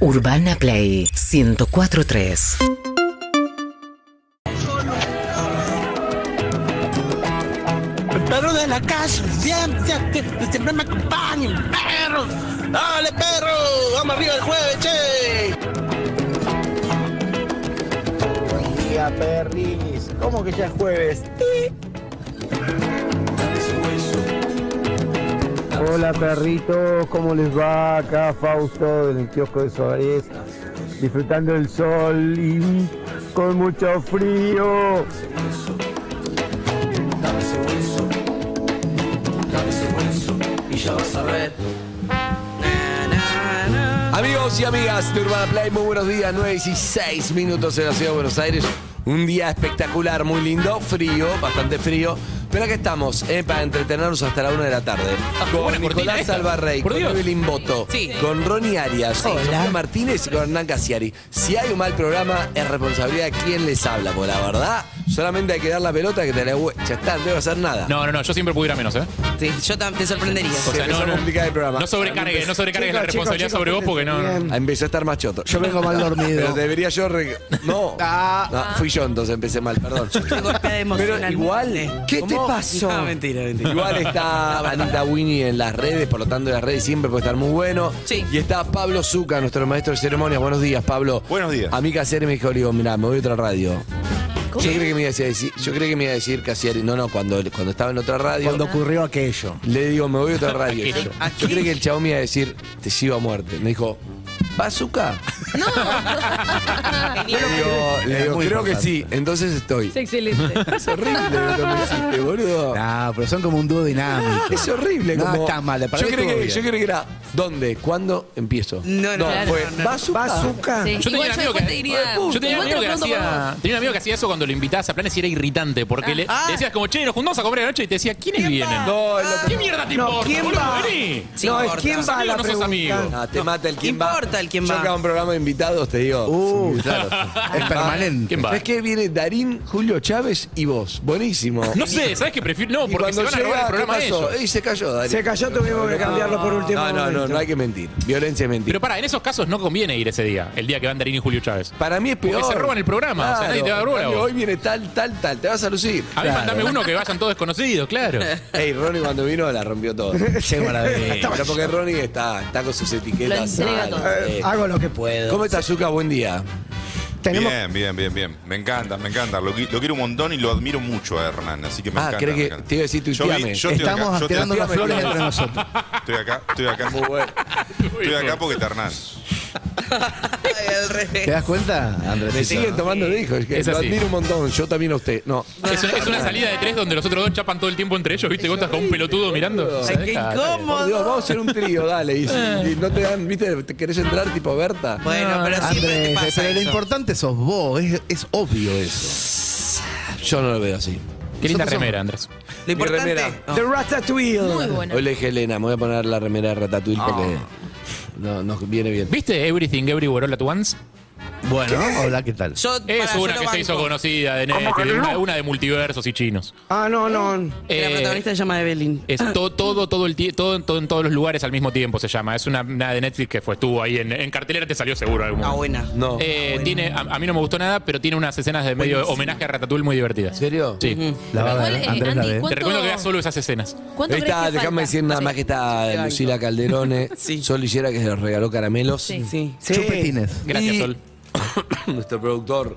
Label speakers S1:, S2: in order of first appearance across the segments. S1: Urbana Play 1043.
S2: Perro de la casa, siempre, siempre, siempre me acompañan, perro. Dale, perro, vamos arriba el jueves, che.
S3: Buen día, perris. ¿Cómo que ya es jueves? Hola, perritos. ¿Cómo les va? Acá Fausto del kiosco de Soares. Disfrutando del sol y con mucho frío.
S4: Amigos y amigas de Urbana Play, muy buenos días, 9 y 16 minutos en la ciudad de Buenos Aires. Un día espectacular, muy lindo, frío, bastante frío. Pero aquí estamos, eh, para entretenernos hasta la 1 de la tarde. Con
S5: Ah, buena cortina
S4: Nicolás
S5: esta.
S4: Alvarrey,
S5: Por
S4: con
S5: Dios.
S4: Evelyn Boto,
S5: Sí.
S4: con Ronnie Arias, con Sofía Martínez y con Hernán Casiari. Si hay un mal programa, es responsabilidad de quien les habla, porque la verdad, solamente hay que dar la pelota que te la hue- Ya está, no debe hacer nada.
S5: No, no, no, yo siempre pudiera menos, ¿eh?
S6: Sí, yo tam- te sorprendería.
S4: Se empezó a complicar el programa.
S5: no sobrecargues, no sobrecargues la
S7: Chicos,
S5: responsabilidad
S7: chicos,
S5: sobre vos porque no. no.
S4: Ah, Empezó a estar más choto.
S7: Yo vengo mal
S4: Pero
S7: dormido.
S4: debería yo. re- No.
S7: Ah.
S4: No, Fui yo entonces, empecé mal, perdón.
S6: Estoy golpeada
S4: Pero
S6: emocionalmente.
S4: igual. ¿Qué te
S6: ¿Cómo?
S4: pasó?
S6: No, Ah, mentira, mentira.
S4: Este, Igual está Anita Winnie en las redes, por lo tanto, las redes siempre puede estar muy bueno.
S6: Sí.
S4: Y está Pablo Zuca, nuestro maestro de ceremonias. Buenos días, Pablo.
S8: Buenos días.
S4: A mí Casiari me dijo, le digo, mirá, me voy a otra radio. Yo creí que me iba a decir, yo creí que me iba a decir Casiari. No, no, cuando, cuando estaba en otra radio.
S7: Cuando ocurrió aquello.
S4: Le digo, me voy a otra radio.
S5: Aquello.
S4: yo. Yo creí que el chabón me iba a decir, te llevo a muerte. Me dijo, ¿Bazooka?
S6: Tenía-
S4: Le digo, le digo,
S7: muy
S4: creo que
S7: importante.
S4: sí. Entonces estoy.
S9: excelente.
S4: Es horrible lo que me hiciste, boludo.
S7: No, pero son como un dúo dinámico.
S4: Es horrible.
S7: No,
S4: como-
S7: está mal, de
S4: yo
S7: parecer
S4: creí, que,
S7: estuvo
S4: yo creí que era, ¿dónde? ¿Cuándo empiezo? Ah,
S6: No, no, claro,
S4: fue,
S6: no, no.
S4: ¿Bazooka?
S9: Sí.
S5: Yo tenía,
S9: Igual
S5: un
S9: yo
S5: amigo
S9: después
S5: que,
S9: te diría-
S5: yo tenía un
S9: igual te
S5: amigo
S9: lo
S5: que
S9: pregunto por
S5: hacía, tenía un amigo que hacía eso cuando lo invitabas a planes y era irritante
S9: Ah.
S5: porque le, le decías como, che, nos juntamos a comer a la noche y te decía, ¿quiénes vienen?
S4: No, es lo que-
S5: ¿Qué mierda te
S3: No,
S5: importa?
S3: ¿quién
S5: boludo?
S3: va?
S5: Vení.
S6: Sí,
S3: no, es
S6: importa.
S3: quién va a la
S5: Amigos no sos
S3: pregunta.
S5: amigos.
S4: Ah, te mata el quién va.
S6: importa el quién
S4: Yo
S6: va.
S4: acá un programa de invitados te digo.
S7: Uh,
S4: claro. Ah,
S7: Es permanente.
S5: ¿Quién va?
S4: ¿Sabes qué? Viene Darín, Julio Chávez y vos. Buenísimo.
S5: No sé, ¿sabes qué prefiero? No,
S4: Y
S5: porque se
S4: cuando
S5: van a robar el
S4: llega, ¿qué
S5: programa de
S4: pasó?
S5: ellos.
S4: Ey, se cayó, Darín.
S3: Se cayó, tuvimos que cambiarlo por último.
S4: No, no, no,
S3: momento.
S4: no hay que mentir. Violencia es mentir.
S5: Pero para, en esos casos no conviene ir ese día, el día que van Darín y Julio Chávez.
S4: para mí es
S5: Porque
S4: peor.
S5: se roban el programa, o sea, nadie te va a dar bola,
S4: cambio,
S5: vos.
S4: Hoy viene tal, tal, tal. Te vas a lucir.
S5: A mí mandame uno que vayan todos desconocidos, claro.
S4: Ey, Ronnie cuando vino la rompió todo.
S7: Qué maravilla.
S4: Pero porque Ronnie está, está con sus
S9: Lo
S4: etiquetas.
S9: entrega
S4: salas,
S9: todo.
S4: eh.
S7: Hago lo que puedo.
S4: ¿Cómo estás, Zuka? Buen día.
S7: Tenemos
S8: Bien, bien, bien, bien. Me encanta, me encanta. Lo, qui- lo quiero un montón y lo admiro mucho a Hernán, así que me
S4: Ah,
S8: encanta.
S4: cree
S8: me
S4: que-
S8: encanta.
S4: te iba a decir,
S8: Yo vi-
S4: tuiteame.
S8: yo estoy acá,
S7: Estamos
S8: yo estoy
S7: tirando
S8: acá,
S7: las flores
S8: estoy
S7: entre
S8: acá.
S7: nosotros.
S8: Estoy acá, estoy acá.
S4: Muy bueno.
S8: Estoy acá porque está Hernán.
S6: Ay, al revés.
S7: ¿Te das cuenta, Andrés?
S4: Me siguen tomando de hijo. es que
S5: Es
S4: lo
S5: así.
S4: admiro un montón. Yo también a usted. No. eh,
S5: Es una, es una salida de tres donde los otros dos chapan todo el tiempo entre ellos, ¿viste? Vos estás con un pelotudo mirando.
S6: Ay, qué
S4: Por Dios,
S6: incómodo.
S4: vamos a hacer un trío, dale. Y, y no te dan, viste, te querés entrar tipo Berta.
S6: Bueno, pero siempre te
S7: Andrés,
S6: pasa
S7: pero lo
S6: eso.
S7: importante sos vos, es, es obvio eso.
S4: Yo no lo veo así.
S5: Qué linda remera, Andrés.
S6: Lo
S4: Mi remera.
S6: importante. no.
S3: The Ratatouille.
S9: Muy bueno.
S4: Hoy le dije Elena, me voy a poner la remera de Ratatouille porque no, nos viene bien.
S5: ¿Viste Everything Everywhere All At Once?
S7: Bueno, hola, ¿qué tal?
S6: Yo,
S5: Es
S6: pará, yo
S5: una
S6: lo
S5: que se hizo
S6: banco.
S5: conocida de Netflix, de una, una de multiversos y chinos.
S3: Ah, no, no.
S6: Que La
S5: Eh,
S6: protagonista se llama Evelyn.
S5: es to- todo, todo el tie- todo, todo en todos los lugares al mismo tiempo se llama. Es una, una de Netflix que fue, estuvo ahí en, en cartelera, te salió seguro en algún
S6: Ah,
S5: momento.
S6: buena.
S4: No.
S5: Eh, tiene, a, a mí no me gustó nada, pero tiene unas escenas de medio homenaje a Ratatouille muy divertidas.
S4: ¿En serio?
S5: Sí.
S7: La va a
S9: Igual,
S7: ver,
S9: eh,
S7: Andrés la
S9: Andy,
S7: ve.
S9: ¿cuánto-
S5: Te recomiendo que veas solo esas escenas.
S9: ¿Cuánto
S4: Ahí
S9: crees
S4: está,
S9: que
S4: déjame
S9: falta?
S4: decir nada
S9: Sí.
S4: más que está Lucila Calderone,
S6: Sí.
S4: Sol Lillera que nos regaló caramelos,
S9: Sí.
S6: Sí.
S3: Sí.
S7: Chupetines.
S5: Gracias,
S4: Y-
S5: Sol.
S4: nuestro productor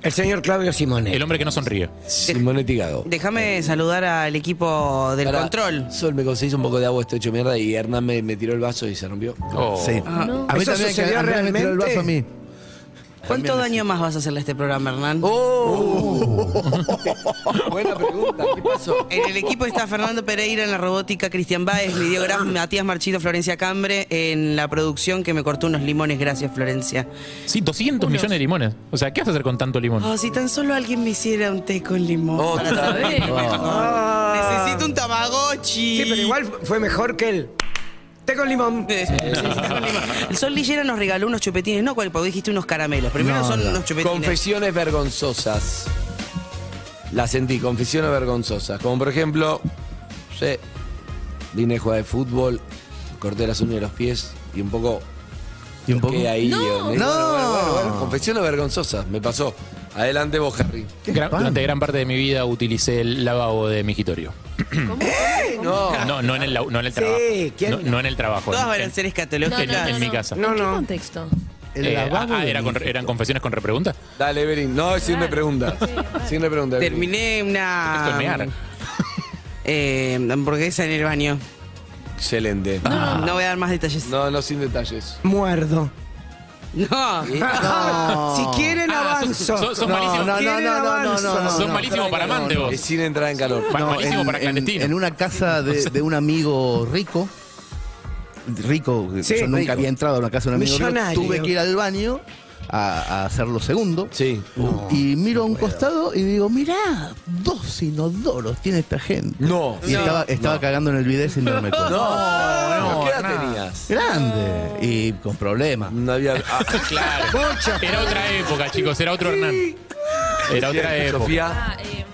S3: El señor Claudio Simone.
S5: El hombre que no sonríe.
S4: Simonetti Gago.
S6: Déjame saludar al equipo del
S4: Pará,
S6: control.
S4: Sol, me conseguís un poco de agua, estoy hecho mierda y Hernán me, me tiró el vaso y se rompió.
S5: Oh.
S7: Sí. A mí
S3: ¿Eso
S7: también que
S3: sucedió
S7: Andrés me tiró el vaso a mí.
S3: realmente?
S6: ¿Cuánto daño más vas a hacerle a este programa, Hernán?
S4: Buena pregunta, ¿qué pasó?
S6: En el equipo está Fernando Pereira en la robótica, Cristian Báez, Lidio Graf, Matías Marchito, Florencia Cambre en la producción que me cortó unos limones. Gracias, Florencia.
S5: Sí, 200 millones de limones. O sea, ¿qué vas a hacer con tanto limón?
S6: Oh, si tan solo alguien me hiciera un té con limón.
S4: Otra
S6: Para saber.
S9: vez.
S3: Ah.
S6: Necesito un tamagotchi.
S3: Sí, pero igual fue mejor que él. Té con limón.
S6: Sí, sí, sí, té con limón. El Sol Lillera nos regaló unos chupetines, no cual, porque dijiste unos caramelos. Primero
S7: No,
S6: son
S7: no.
S6: unos chupetines.
S4: Confesiones vergonzosas. La sentí, confesiones vergonzosas. Como por ejemplo, sí, vine a jugar de fútbol, corté las uñas de los pies y un poco
S10: Y un poco.
S4: Toqué ahí,
S9: No.
S4: eh, me-
S10: No.
S4: bueno, bueno, bueno, bueno, confesiones vergonzosas, me pasó. Adelante vos, Harry.
S5: Gran-
S10: pan.
S5: durante gran parte de mi vida utilicé el lavabo de mi escritorio.
S9: Eh,
S4: No.
S5: No, no en el, lau- no en el
S4: Oh. Sí,
S5: trabajo.
S4: ¿quién
S5: No,
S4: no?
S5: no en el trabajo.
S6: Todas
S5: en-
S6: van a
S5: en-
S6: ser
S5: en,
S6: escatológicas.
S5: en mi casa.
S9: ¿En qué contexto?
S10: El
S5: Eh,
S10: lavabo
S5: ah,
S10: de
S5: era con-
S10: mi-
S5: eran confesiones con repregunta.
S4: Dale, Evelyn. No, sin me pregunta. Sin me pregunta. Evelyn.
S6: Terminé Ah.
S5: Esto es mear.
S6: una eh, hamburguesa en el baño.
S4: Excelente.
S9: Ah.
S6: No voy a dar más detalles. No.
S4: No, no, sin detalles.
S11: Muerdo. Si quieren
S5: Ah, sos-
S11: avanzo.
S5: sos- sos
S10: No,
S5: malísimo.
S10: no, no,
S11: ¿Quieren
S10: no, no, no,
S11: avanzo?
S10: no, no.
S5: Sos malísimo
S10: no,
S5: para
S10: no,
S5: amante
S10: no,
S5: vos.
S4: Es sin entrar en calor.
S5: Pa-
S10: No,
S5: malísimo para clandestino.
S10: En una casa de, de un amigo rico. Rico,
S11: Sí,
S10: yo nunca
S4: rico.
S10: había entrado a una casa de un amigo rico.
S11: Millonario.
S10: Tuve que ir al baño a, a hacer lo segundo.
S4: Sí.
S10: y miro a un costado y digo, mirá, dos inodoros tiene esta gente.
S4: No.
S10: Y estaba, estaba cagando en el bidet sin darme cuenta.
S4: No, no, ¿Qué edad
S5: nada.
S4: tenías?
S10: Grande. Y con problemas.
S4: No había. ah,
S5: Claro. Era otra época, chicos. Era otro Hernán. Era otra época.
S4: Sofía.
S9: Ah, eh,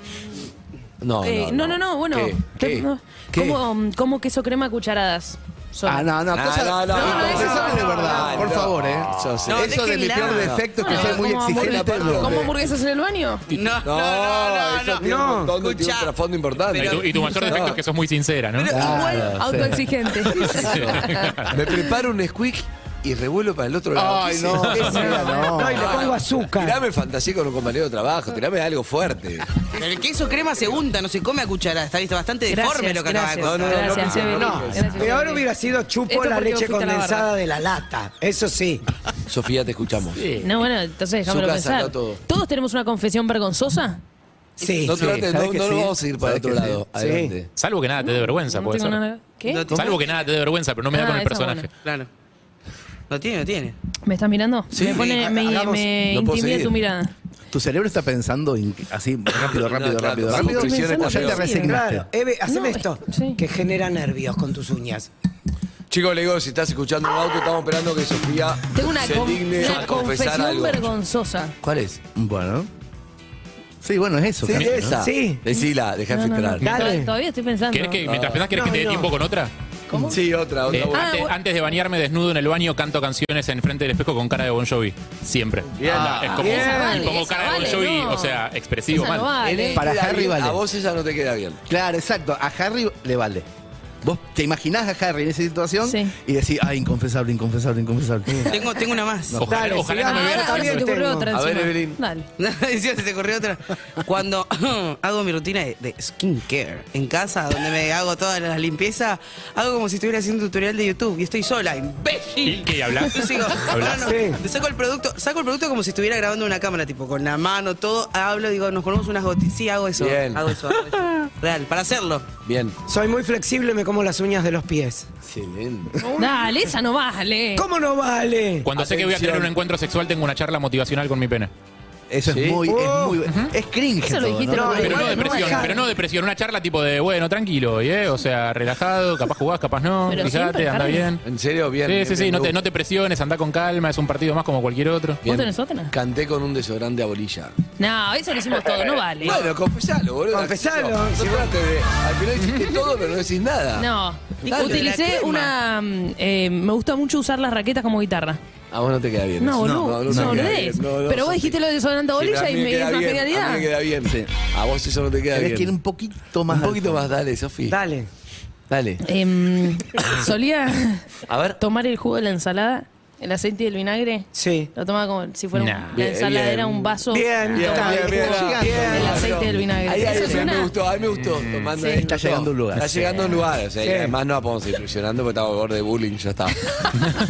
S4: No,
S9: eh, no, no, no, bueno.
S4: ¿Qué?
S9: te-
S4: ¿Qué?
S9: no.
S4: ¿Qué?
S9: Como, um, como queso crema a cucharadas. Solo.
S10: Ah, no, no,
S4: No,
S10: cosas-
S4: no, no,
S10: no,
S4: no,
S10: confesame
S9: eso
S10: de
S9: no.
S10: verdad, por
S4: No,
S10: favor, ¿eh?
S4: yo sé.
S10: Eso de mi
S6: déjenla.
S10: peor defecto es que
S9: No,
S10: soy muy
S9: como
S10: exigente.
S9: hamburguesas-
S10: lo
S9: ¿Como
S10: de-
S9: hamburguesas en el baño?
S6: No, no,
S4: No,
S6: no,
S4: eso
S6: no.
S4: tiene un
S11: no.
S4: montón de tiene un
S6: Escuchá.
S4: trasfondo importante.
S5: Y tu, y tu mayor defecto es que sos muy sincera, ¿no?
S6: Pero igual.
S10: Claro, sí.
S9: Autoexigente.
S4: Me preparo un squeak y revuelvo para el otro lado.
S10: Ay,
S4: ¿Qué
S10: no,
S4: sé?
S10: qué fea, no.
S11: No, y le pongo azúcar.
S4: Tirame fantasía con un compañero de trabajo, tirame algo fuerte.
S6: El queso crema se unta, no se come a cucharadas. Está visto bastante
S9: Gracias,
S6: deforme lo que acaba de
S9: gracias,
S6: contar.
S9: Gracias, Evelyn.
S11: No,
S9: Gracias,
S11: peor
S9: Evelyn.
S11: hubiera sido
S9: Esto
S11: chupo
S9: porque
S11: la
S9: vos
S11: leche
S9: fuiste a la
S11: condensada
S9: barra.
S11: de la lata. Eso sí.
S4: Sofía, te escuchamos.
S9: No, bueno, entonces déjamelo
S4: casa,
S9: pensar.
S4: acá todo.
S9: ¿Todos tenemos una confesión vergonzosa?
S11: Sí.
S4: No,
S11: sí,
S4: trates,
S11: ¿sabes
S4: no,
S11: que
S4: no nos
S11: sí?
S4: vamos a ir para
S10: ¿Sabes
S4: otro
S10: que sí?
S4: lado.
S11: Sí.
S4: Adelante.
S5: Salvo que nada te dé vergüenza,
S9: No
S5: puede
S9: tengo
S5: ser.
S9: nada- ¿Qué?
S6: No tengo-
S5: Salvo que nada te dé vergüenza, pero no me da
S9: Ah,
S5: con el
S9: esa
S5: personaje.
S9: buena.
S6: Claro. No tiene, no tiene.
S9: ¿Me estás mirando?
S4: Sí,
S9: me pone, me,
S4: hagamos-
S9: me
S4: no puedo
S9: intimida
S4: seguir.
S9: tu mirada.
S10: Tu cerebro está pensando en- así, rápido, rápido,
S4: No, claro,
S10: rápido,
S4: bajo
S10: rápido.
S4: presión
S10: O ya te
S4: está
S9: peor.
S10: resignaste.
S11: Claro,
S4: Eh.
S11: Eve, haceme
S9: No,
S11: esto,
S9: es- sí.
S11: que genera nervios con tus uñas.
S4: Chicos, le digo, si estás escuchando un auto, estamos esperando que Sofía
S9: Tengo una,
S4: se
S9: con-
S4: digne
S9: una
S4: a confesar
S9: confesión
S4: algo.
S9: vergonzosa.
S4: ¿Cuál es?
S10: Bueno. Sí, bueno, es eso.
S11: Sí,
S10: casi, ¿no?
S11: esa. Sí.
S4: Decila, deja
S9: No, no,
S4: filtrar.
S9: no,
S11: Dale.
S9: to- Todavía estoy pensando.
S5: ¿Querés que, mientras pensás, ¿querés
S11: No,
S5: que te dé
S11: no.
S5: tiempo con otra?
S4: Sí, otra, otra.
S5: Eh,
S4: buena.
S5: antes,
S9: bueno.
S5: antes de bañarme desnudo en el baño, canto canciones en frente del espejo con cara de Bon Jovi. Siempre.
S4: Bien.
S5: Ah, es como,
S9: Esa vale,
S5: y pongo
S9: esa
S5: cara de
S9: vale,
S5: Bon Jovi,
S9: no.
S5: o sea, expresivo,
S9: Esa
S5: mal.
S9: no vale.
S10: Para
S4: Queda
S10: Harry
S4: bien,
S10: vale.
S4: A vos esa no te queda bien.
S10: Claro, exacto. A Harry le vale. Vos te imaginás a Harry en esa situación
S9: Sí.
S10: y decís, ah, inconfesable, inconfesable, inconfesable.
S6: Tengo, tengo una más.
S5: Ojalá,
S11: Dale,
S5: ojalá
S9: Ah,
S5: no me
S11: sigamos.
S5: veas.
S9: ahora
S11: Yo también
S9: se te ocurrió
S11: tengo.
S9: otra
S4: A ver,
S9: encima.
S4: Evelyn.
S9: Dale.
S6: Decía, se te corrió otra. Cuando hago mi rutina de, de skincare en casa, donde me hago todas las limpiezas, hago como si estuviera haciendo un tutorial de YouTube y estoy sola,
S5: ¿Y
S6: imbécil.
S5: qué? ¿Y hablas?
S6: Yo sigo,
S5: ¿Hablas?
S6: no, no,
S11: Sí.
S6: saco el producto, saco el producto como si estuviera grabando una cámara, tipo con la mano, todo, hablo, digo, nos ponemos unas gotitas. Sí, hago eso,
S4: Bien.
S6: hago eso, hago eso. Real, para hacerlo.
S4: Bien.
S11: Soy muy flexible y me como las uñas de los pies.
S4: Excelente.
S9: Dale, esa no vale.
S11: ¿Cómo no vale?
S5: Cuando sé que voy a tener
S4: Atención.
S5: un encuentro sexual, tengo una charla motivacional con mi pene.
S10: Eso
S4: Sí.
S10: es muy. Es,
S11: Oh.
S10: muy es cringe.
S9: Eso lo
S10: todo,
S9: dijiste
S10: ¿no?
S9: el otro
S5: Pero
S9: día.
S5: no
S11: no
S5: depresión,
S11: dejar.
S5: pero no depresión. Una charla tipo de, bueno, tranquilo, hoy, ¿eh? O sea, relajado, capaz jugás, capaz no,
S9: Pero
S5: fijate,
S9: siempre,
S5: anda
S9: Harry.
S5: bien.
S4: ¿En serio? Bien.
S5: Sí,
S4: bien,
S5: sí, sí,
S4: bien,
S5: no
S4: me
S5: te, no te presiones, anda con calma, es un partido más como cualquier otro.
S4: Bien.
S9: ¿Vos tenés otra?
S4: Canté con un desodorante a bolilla.
S9: No, eso lo hicimos todo, no vale.
S4: Bueno, confesalo, boludo.
S11: Confesalo.
S4: Si de, al final hiciste todo, pero no decís nada.
S9: No,
S4: Dale.
S9: utilicé una... mm, eh, me gusta mucho usar las raquetas como guitarra.
S4: A vos no te queda bien.
S9: No,
S4: eso.
S9: boludo,
S4: te
S9: no,
S4: queda
S9: boludez.
S4: bien. No, no,
S9: Pero vos
S4: Sofi.
S9: dijiste lo de desodorante a
S4: Sí, pero
S9: bolilla
S4: a
S9: y
S4: mí
S9: me es
S4: queda bien,
S9: una
S4: A mí me
S9: genialidad.
S4: queda bien.
S10: Sí.
S4: A vos eso no te queda
S10: Tenés
S4: bien.
S10: que ir un poquito más.
S4: Un poquito
S10: al-
S4: más, dale, Sofi.
S11: Dale.
S4: Dale.
S9: Em, solía
S4: A ver.
S9: tomar el jugo de la ensalada, el aceite y el vinagre.
S11: Sí.
S9: Lo tomaba como si fuera un-
S5: Nah.
S9: la
S4: Bien,
S9: ensalada,
S4: bien.
S9: era un vaso.
S11: Bien,
S4: Bien,
S11: está,
S4: bien, bien,
S11: está
S4: bien.
S11: llegando.
S9: El aceite del vinagre.
S4: Ahí, ahí,
S9: Eso es
S4: ahí me
S9: una-
S4: gustó, a mí me gustó. Tomando
S9: Sí.
S4: ahí, me
S10: Está
S4: gustó.
S10: llegando a un lugar.
S4: Está llegando a un lugar. O sea, y
S11: Sí.
S4: además no la podemos ir presionando porque estamos a borde de bullying, ya está.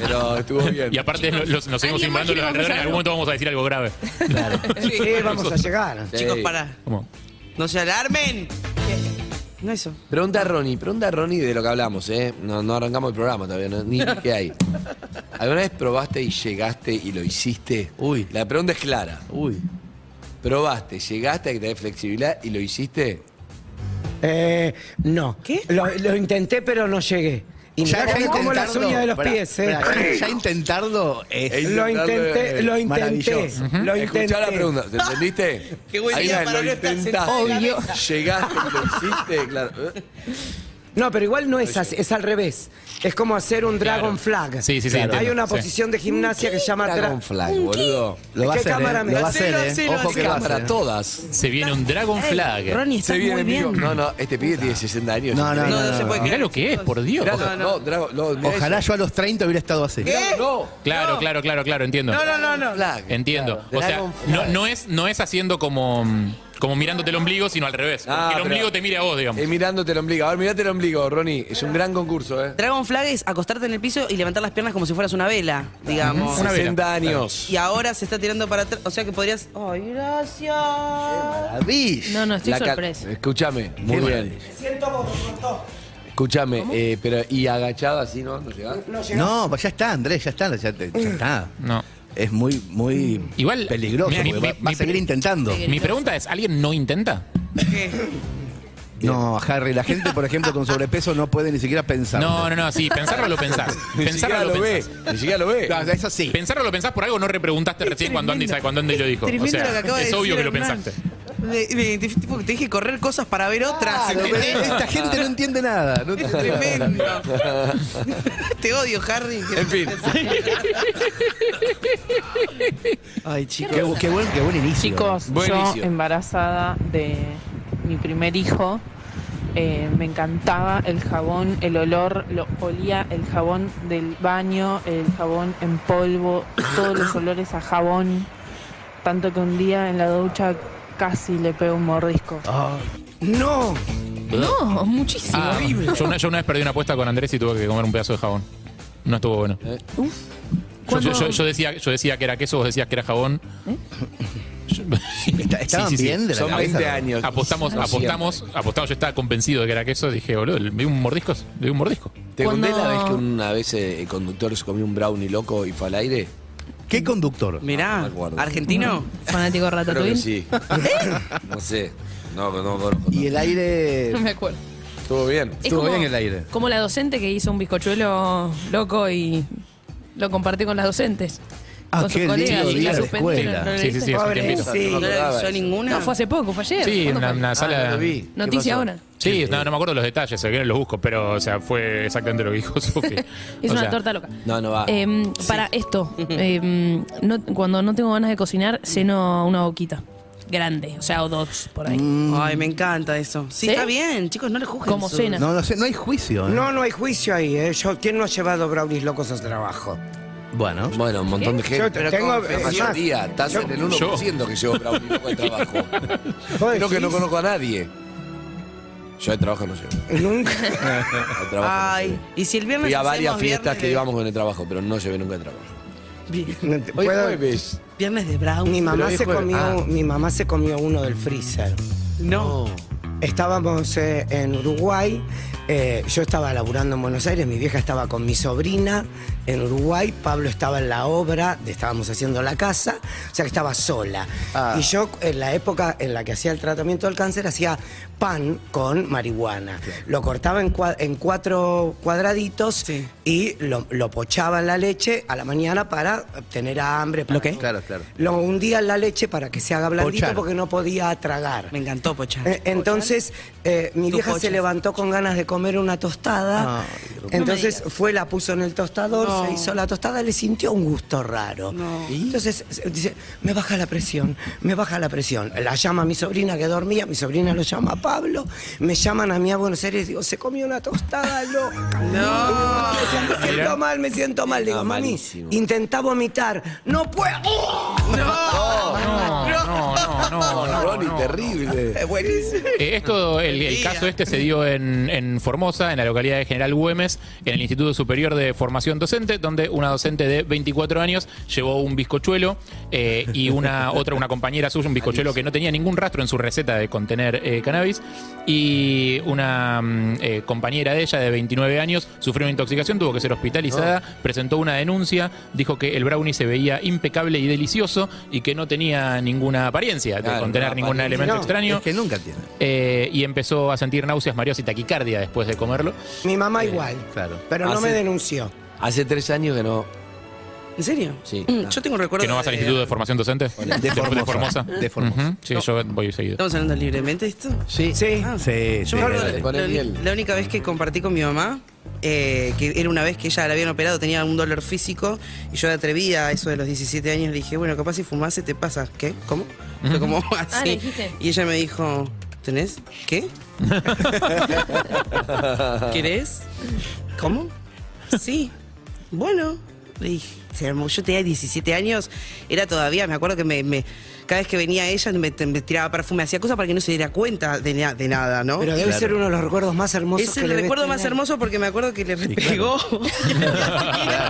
S4: Pero estuvo bien.
S5: Y aparte no- los- nos seguimos
S9: ¿alguien más
S5: invadiendo los alrededores,
S9: quiere
S5: en
S9: confesar
S5: algún momento vamos a decir algo grave.
S11: Sí, vamos a llegar.
S4: Sí.
S6: Chicos, para,
S5: Como,
S6: no se alarmen. No eso.
S4: Pregunta a Ronnie, pregunta a Ronnie de lo que hablamos, ¿eh? No, no arrancamos el programa todavía, no- ni ni qué hay. ¿Alguna vez probaste y llegaste y lo hiciste?
S10: Uy.
S4: La pregunta es clara.
S10: Uy.
S4: ¿Probaste, llegaste a que te dé flexibilidad y lo hiciste?
S11: Eh, no.
S6: ¿Qué?
S11: Lo, lo intenté, pero no llegué. Y ya me como las uñas de los
S10: pará,
S11: pies, eh.
S10: pará, ya, ya intentarlo
S7: eh,
S10: es.
S4: Ey,
S11: Lo intenté, lo intenté.
S10: Maravilloso.
S11: Lo intenté.
S4: Escuchá la pregunta, ¿te entendiste?
S6: Qué buena
S4: Ahí
S6: idea
S4: va,
S6: para
S4: lo
S6: no estar
S4: intentaste,
S6: sentado en la
S4: llegaste, lo hiciste, claro. ¿eh?
S11: No, pero igual no es así, es al revés. Es como hacer un dragon flag.
S5: Sí, sí, sí,
S11: Hay
S5: entiendo,
S11: una
S5: sí.
S11: posición de gimnasia que se llama dra-
S4: Dragon Flag, boludo.
S7: Lo va a
S11: ¿Qué
S7: hacer,
S11: cámara
S7: eh,
S11: me
S7: lo va a
S11: das?
S7: hacer,
S6: Hacelo,
S7: eh.
S6: hacelo,
S7: Ojo que
S6: hacelo.
S7: lo
S4: Para
S7: hace.
S4: todas.
S5: Se viene un Dragon Flag.
S9: Ey, Ronnie,
S4: Se
S9: estás
S4: viene,
S9: muy bien.
S4: amigo. No, no, este pibe tiene 60 años.
S7: No, no,
S6: No,
S7: no.
S6: no,
S7: no,
S6: se puede
S7: no.
S5: Mirá lo que es, por Dios.
S4: Mirá, no, no, Dragon, no, mirá
S7: Ojalá
S4: eso.
S7: yo a los 30 hubiera estado así.
S4: Mirá, No,
S5: Claro,
S6: No.
S5: claro, claro, claro, entiendo.
S6: No, no, no, no.
S4: Flag.
S5: Entiendo.
S4: Claro,
S5: o sea,
S4: Dragon
S5: no,
S4: Flag.
S5: no es, no es haciendo como, mm, como mirándote el ombligo, sino al revés.
S4: Ah,
S5: que el
S4: pero-
S5: ombligo te mire a vos, digamos.
S4: Eh, mirándote el ombligo. A ver, mirate el ombligo, Ronnie. Es un gran concurso, ¿eh?
S6: Dragon Flag es acostarte en el piso y levantar las piernas como si fueras una vela, digamos.
S5: Una vela.
S4: 60 años.
S6: Y ahora se está tirando para atrás. O sea que podrías. ¡Ay, gracias!
S7: Maravilla.
S9: No, no, estoy
S4: La ca-
S9: sorpresa.
S4: Escúchame, muy bien. Escúchame, eh, pero y agachado así, ¿no? ¿No llegás?
S7: No, pues ya está, Andrés, ya está, ya, te- ya está.
S5: No.
S7: Es muy, muy
S5: Igual,
S7: peligroso,
S5: mira, mi-
S7: porque va,
S5: mi-
S7: va a
S5: mi-
S7: seguir intentando.
S5: Mi pregunta es, ¿alguien no intenta?
S7: No, Harry, la gente, por ejemplo, con sobrepeso no puede ni siquiera pensar.
S5: No, no, no, sí, pensarlo lo pensás.
S4: Ni
S5: Pensarlo
S4: siquiera
S5: lo
S4: lo ve.
S5: pensás.
S4: Ni siquiera lo ve.
S7: No, eso sí.
S5: Pensarlo lo pensás por algo, no repreguntaste recién cuando Andy, cuando Andy lo dijo. O
S6: Tremendo
S5: sea,
S6: lo que acaba de
S5: es
S6: decir
S5: obvio que lo
S6: Hernán.
S5: pensaste.
S6: Me, me identifico porque te dije correr cosas para ver otras. Este,
S7: Claro, pero
S6: ¿entendés?
S7: esta gente no entiende nada. no
S6: Es
S7: entiende nada.
S6: tremendo. te odio, Harry.
S4: En fin.
S6: Ay, chicos.
S7: Qué, bu- qué buen, qué buen inicio.
S12: Chicos,
S4: Buen
S12: yo
S4: inicio.
S12: embarazada de mi primer hijo, eh, me encantaba el jabón, el olor, lo olía el jabón del baño, el jabón en polvo, todos los olores a jabón, tanto que un día en la ducha casi le pego un mordisco.
S11: No.
S9: No, muchísimo.
S5: Ah, yo, una, yo una vez perdí una apuesta con Andrés y tuve que comer un pedazo de jabón. No estuvo bueno. Yo, yo- yo- yo decía, yo decía que era queso, vos decías que era jabón.
S9: ¿Eh?
S5: Yo-
S7: Está- estaban
S5: Sí, sí, sí.
S7: bien de la
S4: Son
S7: cabeza,
S4: 20
S7: ¿no?
S4: años.
S5: Apostamos,
S4: No
S5: apostamos, apostamos, yo estaba convencido de que era queso, dije, boludo, le di un mordisco, le di un mordisco.
S4: siempre. ¿Te conté la
S9: Cuando-
S4: vez que una vez eh, el conductor se comió un brownie loco y fue al aire?
S7: ¿Qué conductor?
S6: Mirá,
S4: me acuerdo.
S6: argentino.
S9: Fanático de
S4: Creo
S9: Ratatouille.
S4: que sí. No sé. No, no, no, conozco.
S7: Y el aire.
S9: No me acuerdo.
S4: Estuvo bien.
S9: Es
S7: Estuvo bien el aire.
S9: Como la docente que hizo un bizcochuelo loco y lo compartió con las docentes.
S7: Ah,
S9: con sus
S7: qué
S9: colegas
S7: lindo
S9: y
S5: día
S9: la
S5: de
S9: suspendieron.
S7: escuela.
S9: ¿no lo
S5: Sí, sí,
S9: leíste?
S5: sí, hace un
S6: Pobre,
S5: tiempito.
S6: sí.
S4: No me
S6: No la
S4: acordaba
S6: avisó
S4: eso.
S6: ninguna.
S9: No, fue hace poco, fue ayer.
S5: Sí, en
S9: ¿Cuándo
S5: una,
S9: fue?
S5: una
S4: Ah,
S5: sala.
S4: no lo vi. ¿Qué
S9: Noticia
S4: pasó?
S9: ahora.
S5: Sí, no, no me acuerdo los detalles, se vienen los busco, pero o sea, fue exactamente lo que dijo Sofi.
S9: Es
S5: O
S9: una
S5: sea,
S9: torta loca.
S4: No, no va.
S9: Em, Para esto, em, no- cuando no tengo ganas de cocinar, ceno una boquita grande, o sea, o dos por ahí.
S6: Mm. Ay, me encanta eso. Sí,
S9: ¿Sí?
S6: está bien, chicos, no le juzguen.
S9: Como
S6: su-
S9: cena.
S7: No, no sé, no hay juicio. ¿eh?
S11: No, no hay juicio ahí. ¿eh? Yo- ¿Quién no ha llevado brownies locos a trabajo?
S7: Bueno,
S4: Bueno, un montón de gente.
S11: Yo te- tengo-
S4: la
S11: es
S4: mayoría,
S11: más,
S4: estás
S11: yo-
S4: en el 1% que llevo brownie loco de trabajo.
S11: ¿Vos
S4: Creo que no
S11: decís?
S4: conozco a nadie. Yo de trabajo no llevo.
S11: Nunca.
S4: Al trabajo no
S6: Ay,
S4: llevo.
S6: y si el viernes.
S4: Fui a
S6: hacemos
S4: varias fiestas
S6: viernes
S4: que
S6: de-
S4: íbamos con el trabajo, pero no llevé nunca el trabajo.
S6: vi-
S11: No te
S4: Hoy
S11: puedo-
S4: jueves.
S6: Viernes de Brown.
S11: Mi mamá,
S4: hoy
S11: se
S4: jueves.
S11: comió,
S4: Ah.
S11: mi mamá se comió uno del freezer.
S6: No.
S11: Estábamos eh, en Uruguay, eh, yo estaba laburando en Buenos Aires, mi vieja estaba con mi sobrina en Uruguay, Pablo estaba en la obra, de- estábamos haciendo la casa, o sea que estaba sola.
S7: Ah.
S11: Y yo en la época en la que hacía el tratamiento del cáncer hacía pan con marihuana. Lo cortaba en, cua- en cuatro cuadraditos
S6: Sí.
S11: y lo, lo pochaba en la leche a la mañana para tener hambre. Para
S6: ¿Lo qué?
S7: claro, claro.
S11: Lo hundía en la leche para que se haga blandito
S7: Pochar.
S11: porque no podía tragar.
S6: Me encantó, Pocha.
S11: Eh, Entonces, eh, mi
S6: Tú
S11: vieja se
S6: pochas.
S11: levantó con ganas de comer una tostada.
S7: Ay,
S11: entonces
S9: No me
S11: fue, la puso en el tostador,
S6: No.
S11: se hizo la tostada, le sintió un gusto raro.
S6: No.
S11: Entonces se- dice, me baja la presión, me baja la presión. La llama a mi sobrina que dormía, mi sobrina lo llama a Pablo, me llaman a mí a Buenos Aires, digo, se comió una tostada loca.
S6: No.
S11: Me decía, Me siento mal, me siento mal. Le digo,
S4: Ah,
S11: mami,
S4: malísimo.
S11: intentá vomitar. No puedo.
S5: No, no, no, no, no,
S4: Ronnie,
S5: no.
S4: terrible.
S11: Es buenísimo.
S5: Eh, esto, el, el caso este se dio en, en Formosa, en la localidad de General Güemes, en el Instituto Superior de Formación Docente, donde una docente de 24 años llevó un bizcochuelo eh, y una otra, una compañera suya, un bizcochuelo que no tenía ningún rastro en su receta de contener eh, cannabis. Y una mm, eh, compañera de ella de 29 años sufrió una intoxicación, tuvo que ser hospitalizada, presentó una denuncia, dijo que el brownie se veía impecable y delicioso y que no tenía ninguna apariencia de
S4: Claro,
S5: contener
S4: no,
S5: ningún
S4: apariencia.
S5: elemento
S11: No,
S5: extraño.
S7: Es que nunca tiene.
S5: Eh, y empezó a sentir náuseas, mareos y taquicardia después de comerlo.
S11: Mi mamá igual,
S7: claro.
S11: pero no
S4: Hace-
S11: me denunció.
S4: Hace tres años que no.
S6: ¿En serio?
S5: Sí.
S6: Mm, Yo tengo un recuerdo.
S5: ¿Que no vas al Instituto de Formación Docente?
S6: Hola.
S5: Eh, ¿De
S6: De
S5: Formosa?
S6: Formosa.
S5: De Formosa. Ujú, Sí, yo voy seguido.
S6: ¿Estamos hablando libremente de esto?
S7: Sí.
S6: Sí.
S7: Sí,
S6: Yo me acuerdo de- la, la única vez que compartí con mi mamá, eh, que era una vez que ella la habían operado, tenía un dolor físico, y yo la atreví a eso de los 17 años, le dije, bueno, capaz si fumás se te pasa. ¿Qué? ¿Cómo? Fue como así.
S9: Ah, le dijiste.
S6: Y ella me dijo, ¿tenés? ¿Qué? ¿Querés? ¿Cómo? Sí. Bueno, le dije, se armó. yo tenía 17 años, era todavía, me acuerdo que me, me- cada vez que venía ella me, me tiraba perfume, hacía cosas para que no se diera cuenta de, na- de nada, ¿no?
S11: Pero debe ser uno de los recuerdos más hermosos
S6: Es
S11: que
S6: el
S11: debes
S6: recuerdo más
S11: tener.
S6: hermoso porque me acuerdo que le repegó.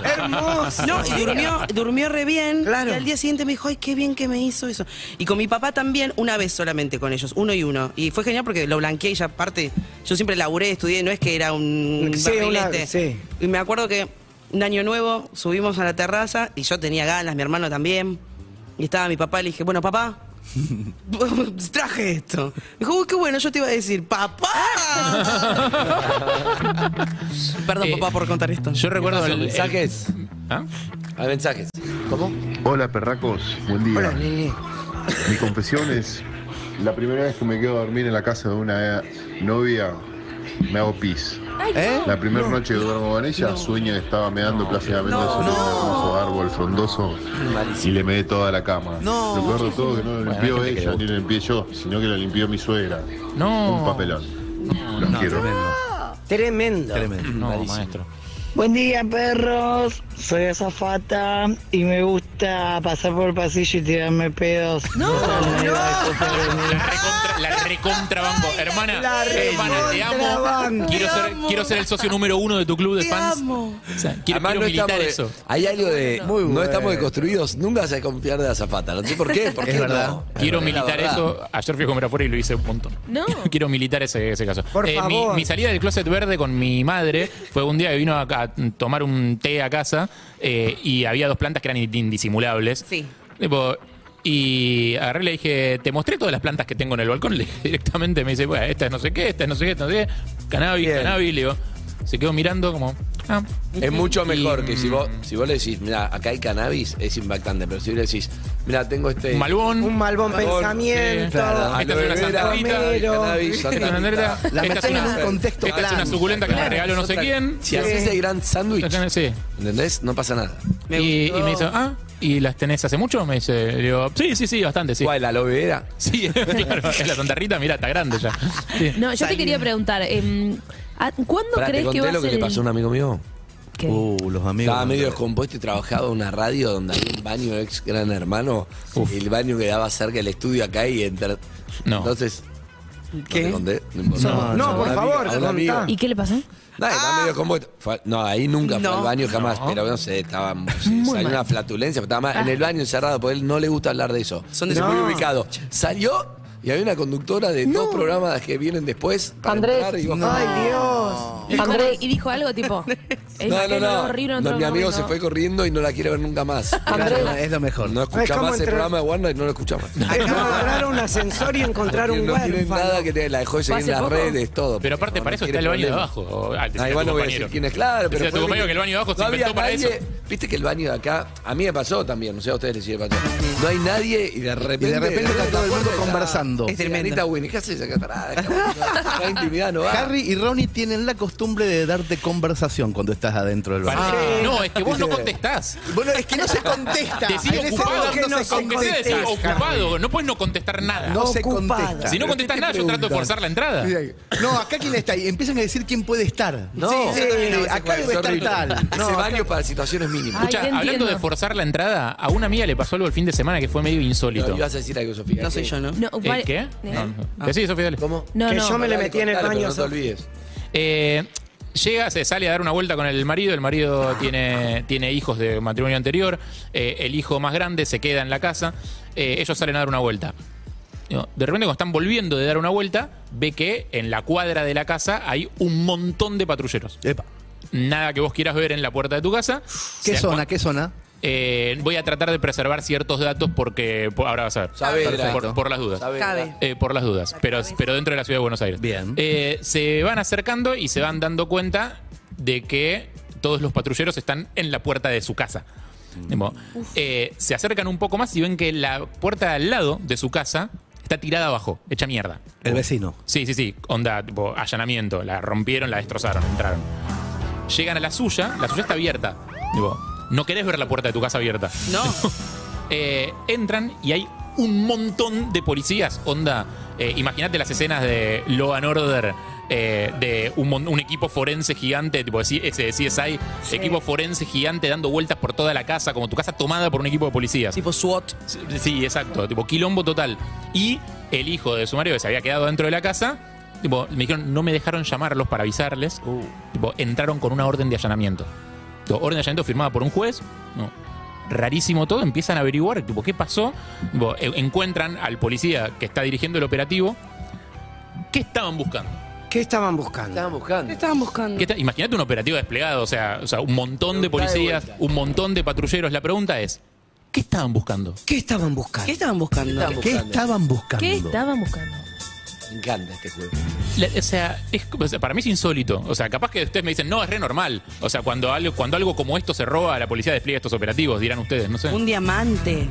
S11: Hermoso.
S6: No, y durmió, durmió re bien. Y al día siguiente me dijo, ay, qué bien que me hizo eso. Y con mi papá también, una vez solamente con ellos, uno y uno. Y fue genial porque lo blanqueé y ya aparte, yo siempre laburé, estudié, no es que era un
S11: Sí, una-
S6: barrilete.
S11: sí.
S6: Y me acuerdo que un año nuevo subimos a la terraza y yo tenía ganas, mi hermano también. Y estaba mi papá y le dije, bueno, papá, traje esto. Me dijo, uy, qué bueno, yo te iba a decir, papá. Perdón, papá, por contar esto.
S5: Eh, Yo recuerdo el-
S4: mensajes.
S5: ¿Ah?
S4: Hay mensajes. ¿Cómo?
S13: Hola perracos, buen día. Mi confesión es la primera vez que me quedo a dormir en la casa de una novia, me hago pis.
S7: ¿Eh?
S13: La primera noche que duermo con ella, sueño que estaba meando plácidamente sobre un hermoso árbol frondoso y le meé toda la cama.
S7: No.
S13: Recuerdo todo que no lo
S7: Bueno,
S13: limpió
S7: hay gente que
S13: ella,
S7: le
S13: ni lo limpié yo, sino que lo limpió mi suegra.
S5: No.
S13: Un papelón. Los quiero.
S11: Tremendo.
S5: No, maestro.
S14: Buen día, perros. Soy azafata y me gusta pasar por el pasillo y tirarme pedos. No,
S5: La recontra, la recontrabambo. Hermana,
S14: la
S5: hermana, te amo.
S14: recontrabambo.
S5: Quiero
S14: Te
S5: ser,
S14: amo.
S5: quiero ser el socio número uno de tu club de fans. O sea, quiero,
S4: Además,
S5: quiero
S4: no
S5: militar
S4: estamos de-
S5: eso.
S4: Hay algo de.
S5: Muy
S4: No
S5: bueno.
S4: estamos deconstruidos. Nunca se confiar de la zapata. No sé por qué. ¿Por qué
S5: Es verdad.
S4: no?
S5: Quiero
S4: Es
S5: militar
S4: la verdad.
S5: eso. Ayer fui a comer afuera y lo hice un montón.
S9: No.
S5: Quiero militar ese, ese caso. Eh,
S4: Por
S5: mi-
S4: favor.
S5: Mi, salida del closet verde con mi madre fue un día que vino a, a tomar un té a casa eh, y había dos plantas que eran ind- indisimulables.
S6: Sí.
S5: Tipo, y agarré y le dije, te mostré todas las plantas que tengo en el balcón. Le dije directamente, me dice, bueno, esta es no sé qué, esta es no sé qué, esta no sé qué. Cannabis, cannabis. Le digo, se quedó mirando como... ah.
S4: Es mucho mejor
S5: mm.
S4: que si vos, si vos le decís, mira, acá hay cannabis, es impactante, pero si vos le decís, mira, tengo este.
S5: Un malbón. Un
S11: malbón
S4: pensamiento. Claro,
S5: Esta es una
S4: aloe vera,
S5: Santa Rita.
S4: romero.
S5: Cannabis, Santa
S4: Esta es una
S5: Rita.
S4: La
S5: Esta
S4: metés
S5: es una-
S4: en un contexto
S5: Esta es
S4: plan.
S5: una suculenta que me
S4: Claro,
S5: regaló no
S4: es
S5: sé
S4: otra-
S5: quién.
S4: Si haces el gran sándwich. ¿Entendés? No pasa nada.
S5: Y, y me dice, ah, ¿y las tenés hace mucho? Me dice, le digo, sí, sí, sí, bastante, sí. ¿Cuál,
S4: la aloe vera?
S5: Sí, claro, es la Santa Rita, mirá, está grande ya. Sí.
S9: No, yo te quería preguntar, em, ¿a- ¿cuándo
S4: Pará, ¿Te
S9: crees que va
S4: conté
S9: a
S4: lo que
S9: ser
S4: le
S9: el-
S4: pasó a un amigo mío?
S9: ¿Qué?
S7: Uh, los amigos.
S4: Estaba medio descompuesto y trabajaba en una radio donde había un baño ex gran hermano. El baño quedaba cerca del estudio acá y entra.
S5: No.
S4: Entonces.
S6: ¿Qué?
S4: No, te conté, no importa.
S11: No, No, no, por
S4: A un amigo-
S11: favor,
S4: a un amigo.
S9: ¿Y qué le pasó?
S4: No, estaba medio descompuesto. Fue- No, ahí nunca fue
S9: No.
S4: al baño jamás, pero no sé, estaba
S9: Muy
S4: salió
S9: mal.
S4: una flatulencia, pero estaba mal,
S9: Ah.
S4: en el baño encerrado, porque él no le gusta hablar de eso. Son
S9: de-
S4: muy
S9: No.
S4: ubicado. Salió y había una conductora de dos programas que vienen después para entrar y vos-
S9: Y, Andrés. y dijo algo tipo, "Ey,
S4: Eh, No, no,
S9: Mariano,
S4: no.
S9: horrible,
S4: No,
S9: otro
S4: mi amigo
S9: momento".
S4: se fue corriendo y no la quiere ver nunca más.
S11: Ah,
S7: Es lo mejor.
S4: No
S7: Es
S4: escucha
S7: como
S4: más el
S7: entrar-
S4: programa de Warner y no lo escucha más.
S11: Es como agarrar un ascensor y encontrar
S4: Porque
S11: un
S4: no tiene
S11: huérfano.
S4: nada que te la dejó de seguir en
S11: Hace
S4: las
S11: poco.
S4: redes, todo.
S5: Pero aparte,
S4: No,
S5: para
S4: no
S5: eso
S4: quiere
S5: está el baño de
S4: problema.
S5: abajo. O, ah, decirle
S4: Ah,
S5: a
S4: igual
S5: tu
S4: no voy a
S5: compañero.
S4: decir quién es, claro.
S5: Decirle
S4: Pero
S5: a tu
S4: fue
S5: compañero que el baño de abajo se
S4: no había
S5: inventó para eso.
S4: nadie. Viste que el baño de acá, a mí me pasó también, no sé a ustedes les sigue pasando. No hay nadie y de repente.
S7: repente está todo el mundo conversando.
S4: "Ah, Es
S7: Es tremendo.
S4: tremendo. Winnie, ¿qué haces acá? Pará, dejá- no, no hay intimidad, no va.
S7: Harry y Ronnie tienen la costumbre de darte conversación cuando estás adentro del baño.
S5: Para- No, es que vos no contestás.
S7: Bueno, es que no se contesta.
S5: Decís
S7: En ese
S5: ocupado,
S7: momento
S5: no
S7: no se
S5: aunque sea decir
S7: contesta,
S5: ocupado, no puedes no contestar nada.
S7: No se contesta.
S5: Ah. Si no contestas nada, yo trato de forzar la entrada.
S7: No, acá quién está ahí. Empiezan a decir quién puede estar.
S4: No,
S7: Sí, acá debe estar tal. No,
S4: Ese baño para situaciones mínimas.
S5: Escucha, hablando de forzar la entrada, a una amiga le pasó algo el fin de semana que fue medio insólito.
S4: No, ibas a decir algo, Sofía.
S5: No
S4: soy yo,
S5: ¿no?
S9: No, vale-
S5: ¿Eh, ¿Qué? No, no. Decí, Sofía, dale.
S4: ¿Cómo?
S9: No,
S11: Que no. yo me le metí en el
S4: Dale,
S11: baño,
S4: pero No te
S11: Sof-
S4: olvides.
S5: Eh, llega, se sale a dar una vuelta con el marido. El marido tiene, tiene hijos de matrimonio anterior. Eh, el hijo más grande se queda en la casa. Eh, ellos salen a dar una vuelta. Digo, De repente, cuando están volviendo de dar una vuelta, ve que en la cuadra de la casa hay un montón de patrulleros. Nada que vos quieras ver en la puerta de tu casa.
S7: ¿Qué
S5: Se
S7: zona? ¿Qué zona?
S5: eh, voy a tratar de preservar ciertos datos porque po- ahora vas a ver.
S4: Saavedra.
S5: Por, por las dudas.
S4: Saavedra. Cabe.
S5: Eh, por las dudas. Pero, pero dentro de la ciudad de Buenos Aires. Bien. se van acercando y se van dando cuenta de que todos los patrulleros están en la puerta de su casa. Tipo, eh, se acercan un poco más y ven que la puerta de al lado de su casa está tirada abajo, hecha mierda.
S4: El vecino.
S5: Sí, sí, sí. Onda, tipo, allanamiento. La rompieron, la destrozaron, entraron. Llegan a la suya, la suya está abierta. Tipo, no querés ver la puerta de tu casa abierta. No. eh, entran y hay un montón de policías. Onda, eh, imagínate las escenas de Law and Order. eh, de un, mon- un equipo forense gigante, tipo de C- ese de CSI, equipo forense gigante dando vueltas por toda la casa, como tu casa tomada por un equipo de policías. Tipo SWAT. Sí, sí, exacto, tipo quilombo total. Y el hijo de su marido que se había quedado dentro de la casa, tipo, me dijeron, no me dejaron llamarlos para avisarles. Tipo, entraron con una orden de allanamiento. Tipo, orden de allanamiento firmada por un juez. No. Rarísimo todo, empiezan a averiguar tipo, qué pasó. Tipo, e- encuentran al policía que está dirigiendo el operativo. ¿Qué estaban buscando?
S11: ¿Qué estaban buscando? Estaban
S15: buscando.
S11: ¿Qué estaban buscando?
S5: ¿Qué ta- Imagínate un operativo desplegado, o sea, o sea, un montón de policías, un montón de patrulleros. La pregunta es, ¿qué estaban buscando?
S11: ¿Qué estaban buscando?
S9: ¿Qué estaban buscando?
S5: ¿Qué estaban buscando?
S9: ¿Qué estaban buscando?
S4: Me encanta este juego.
S5: La- o, sea, es como- o sea, para mí es insólito. O sea, capaz que ustedes me dicen, no, es re normal. O sea, cuando algo, cuando algo como esto se roba, la policía despliega estos operativos, dirán ustedes, no sé.
S6: Un diamante.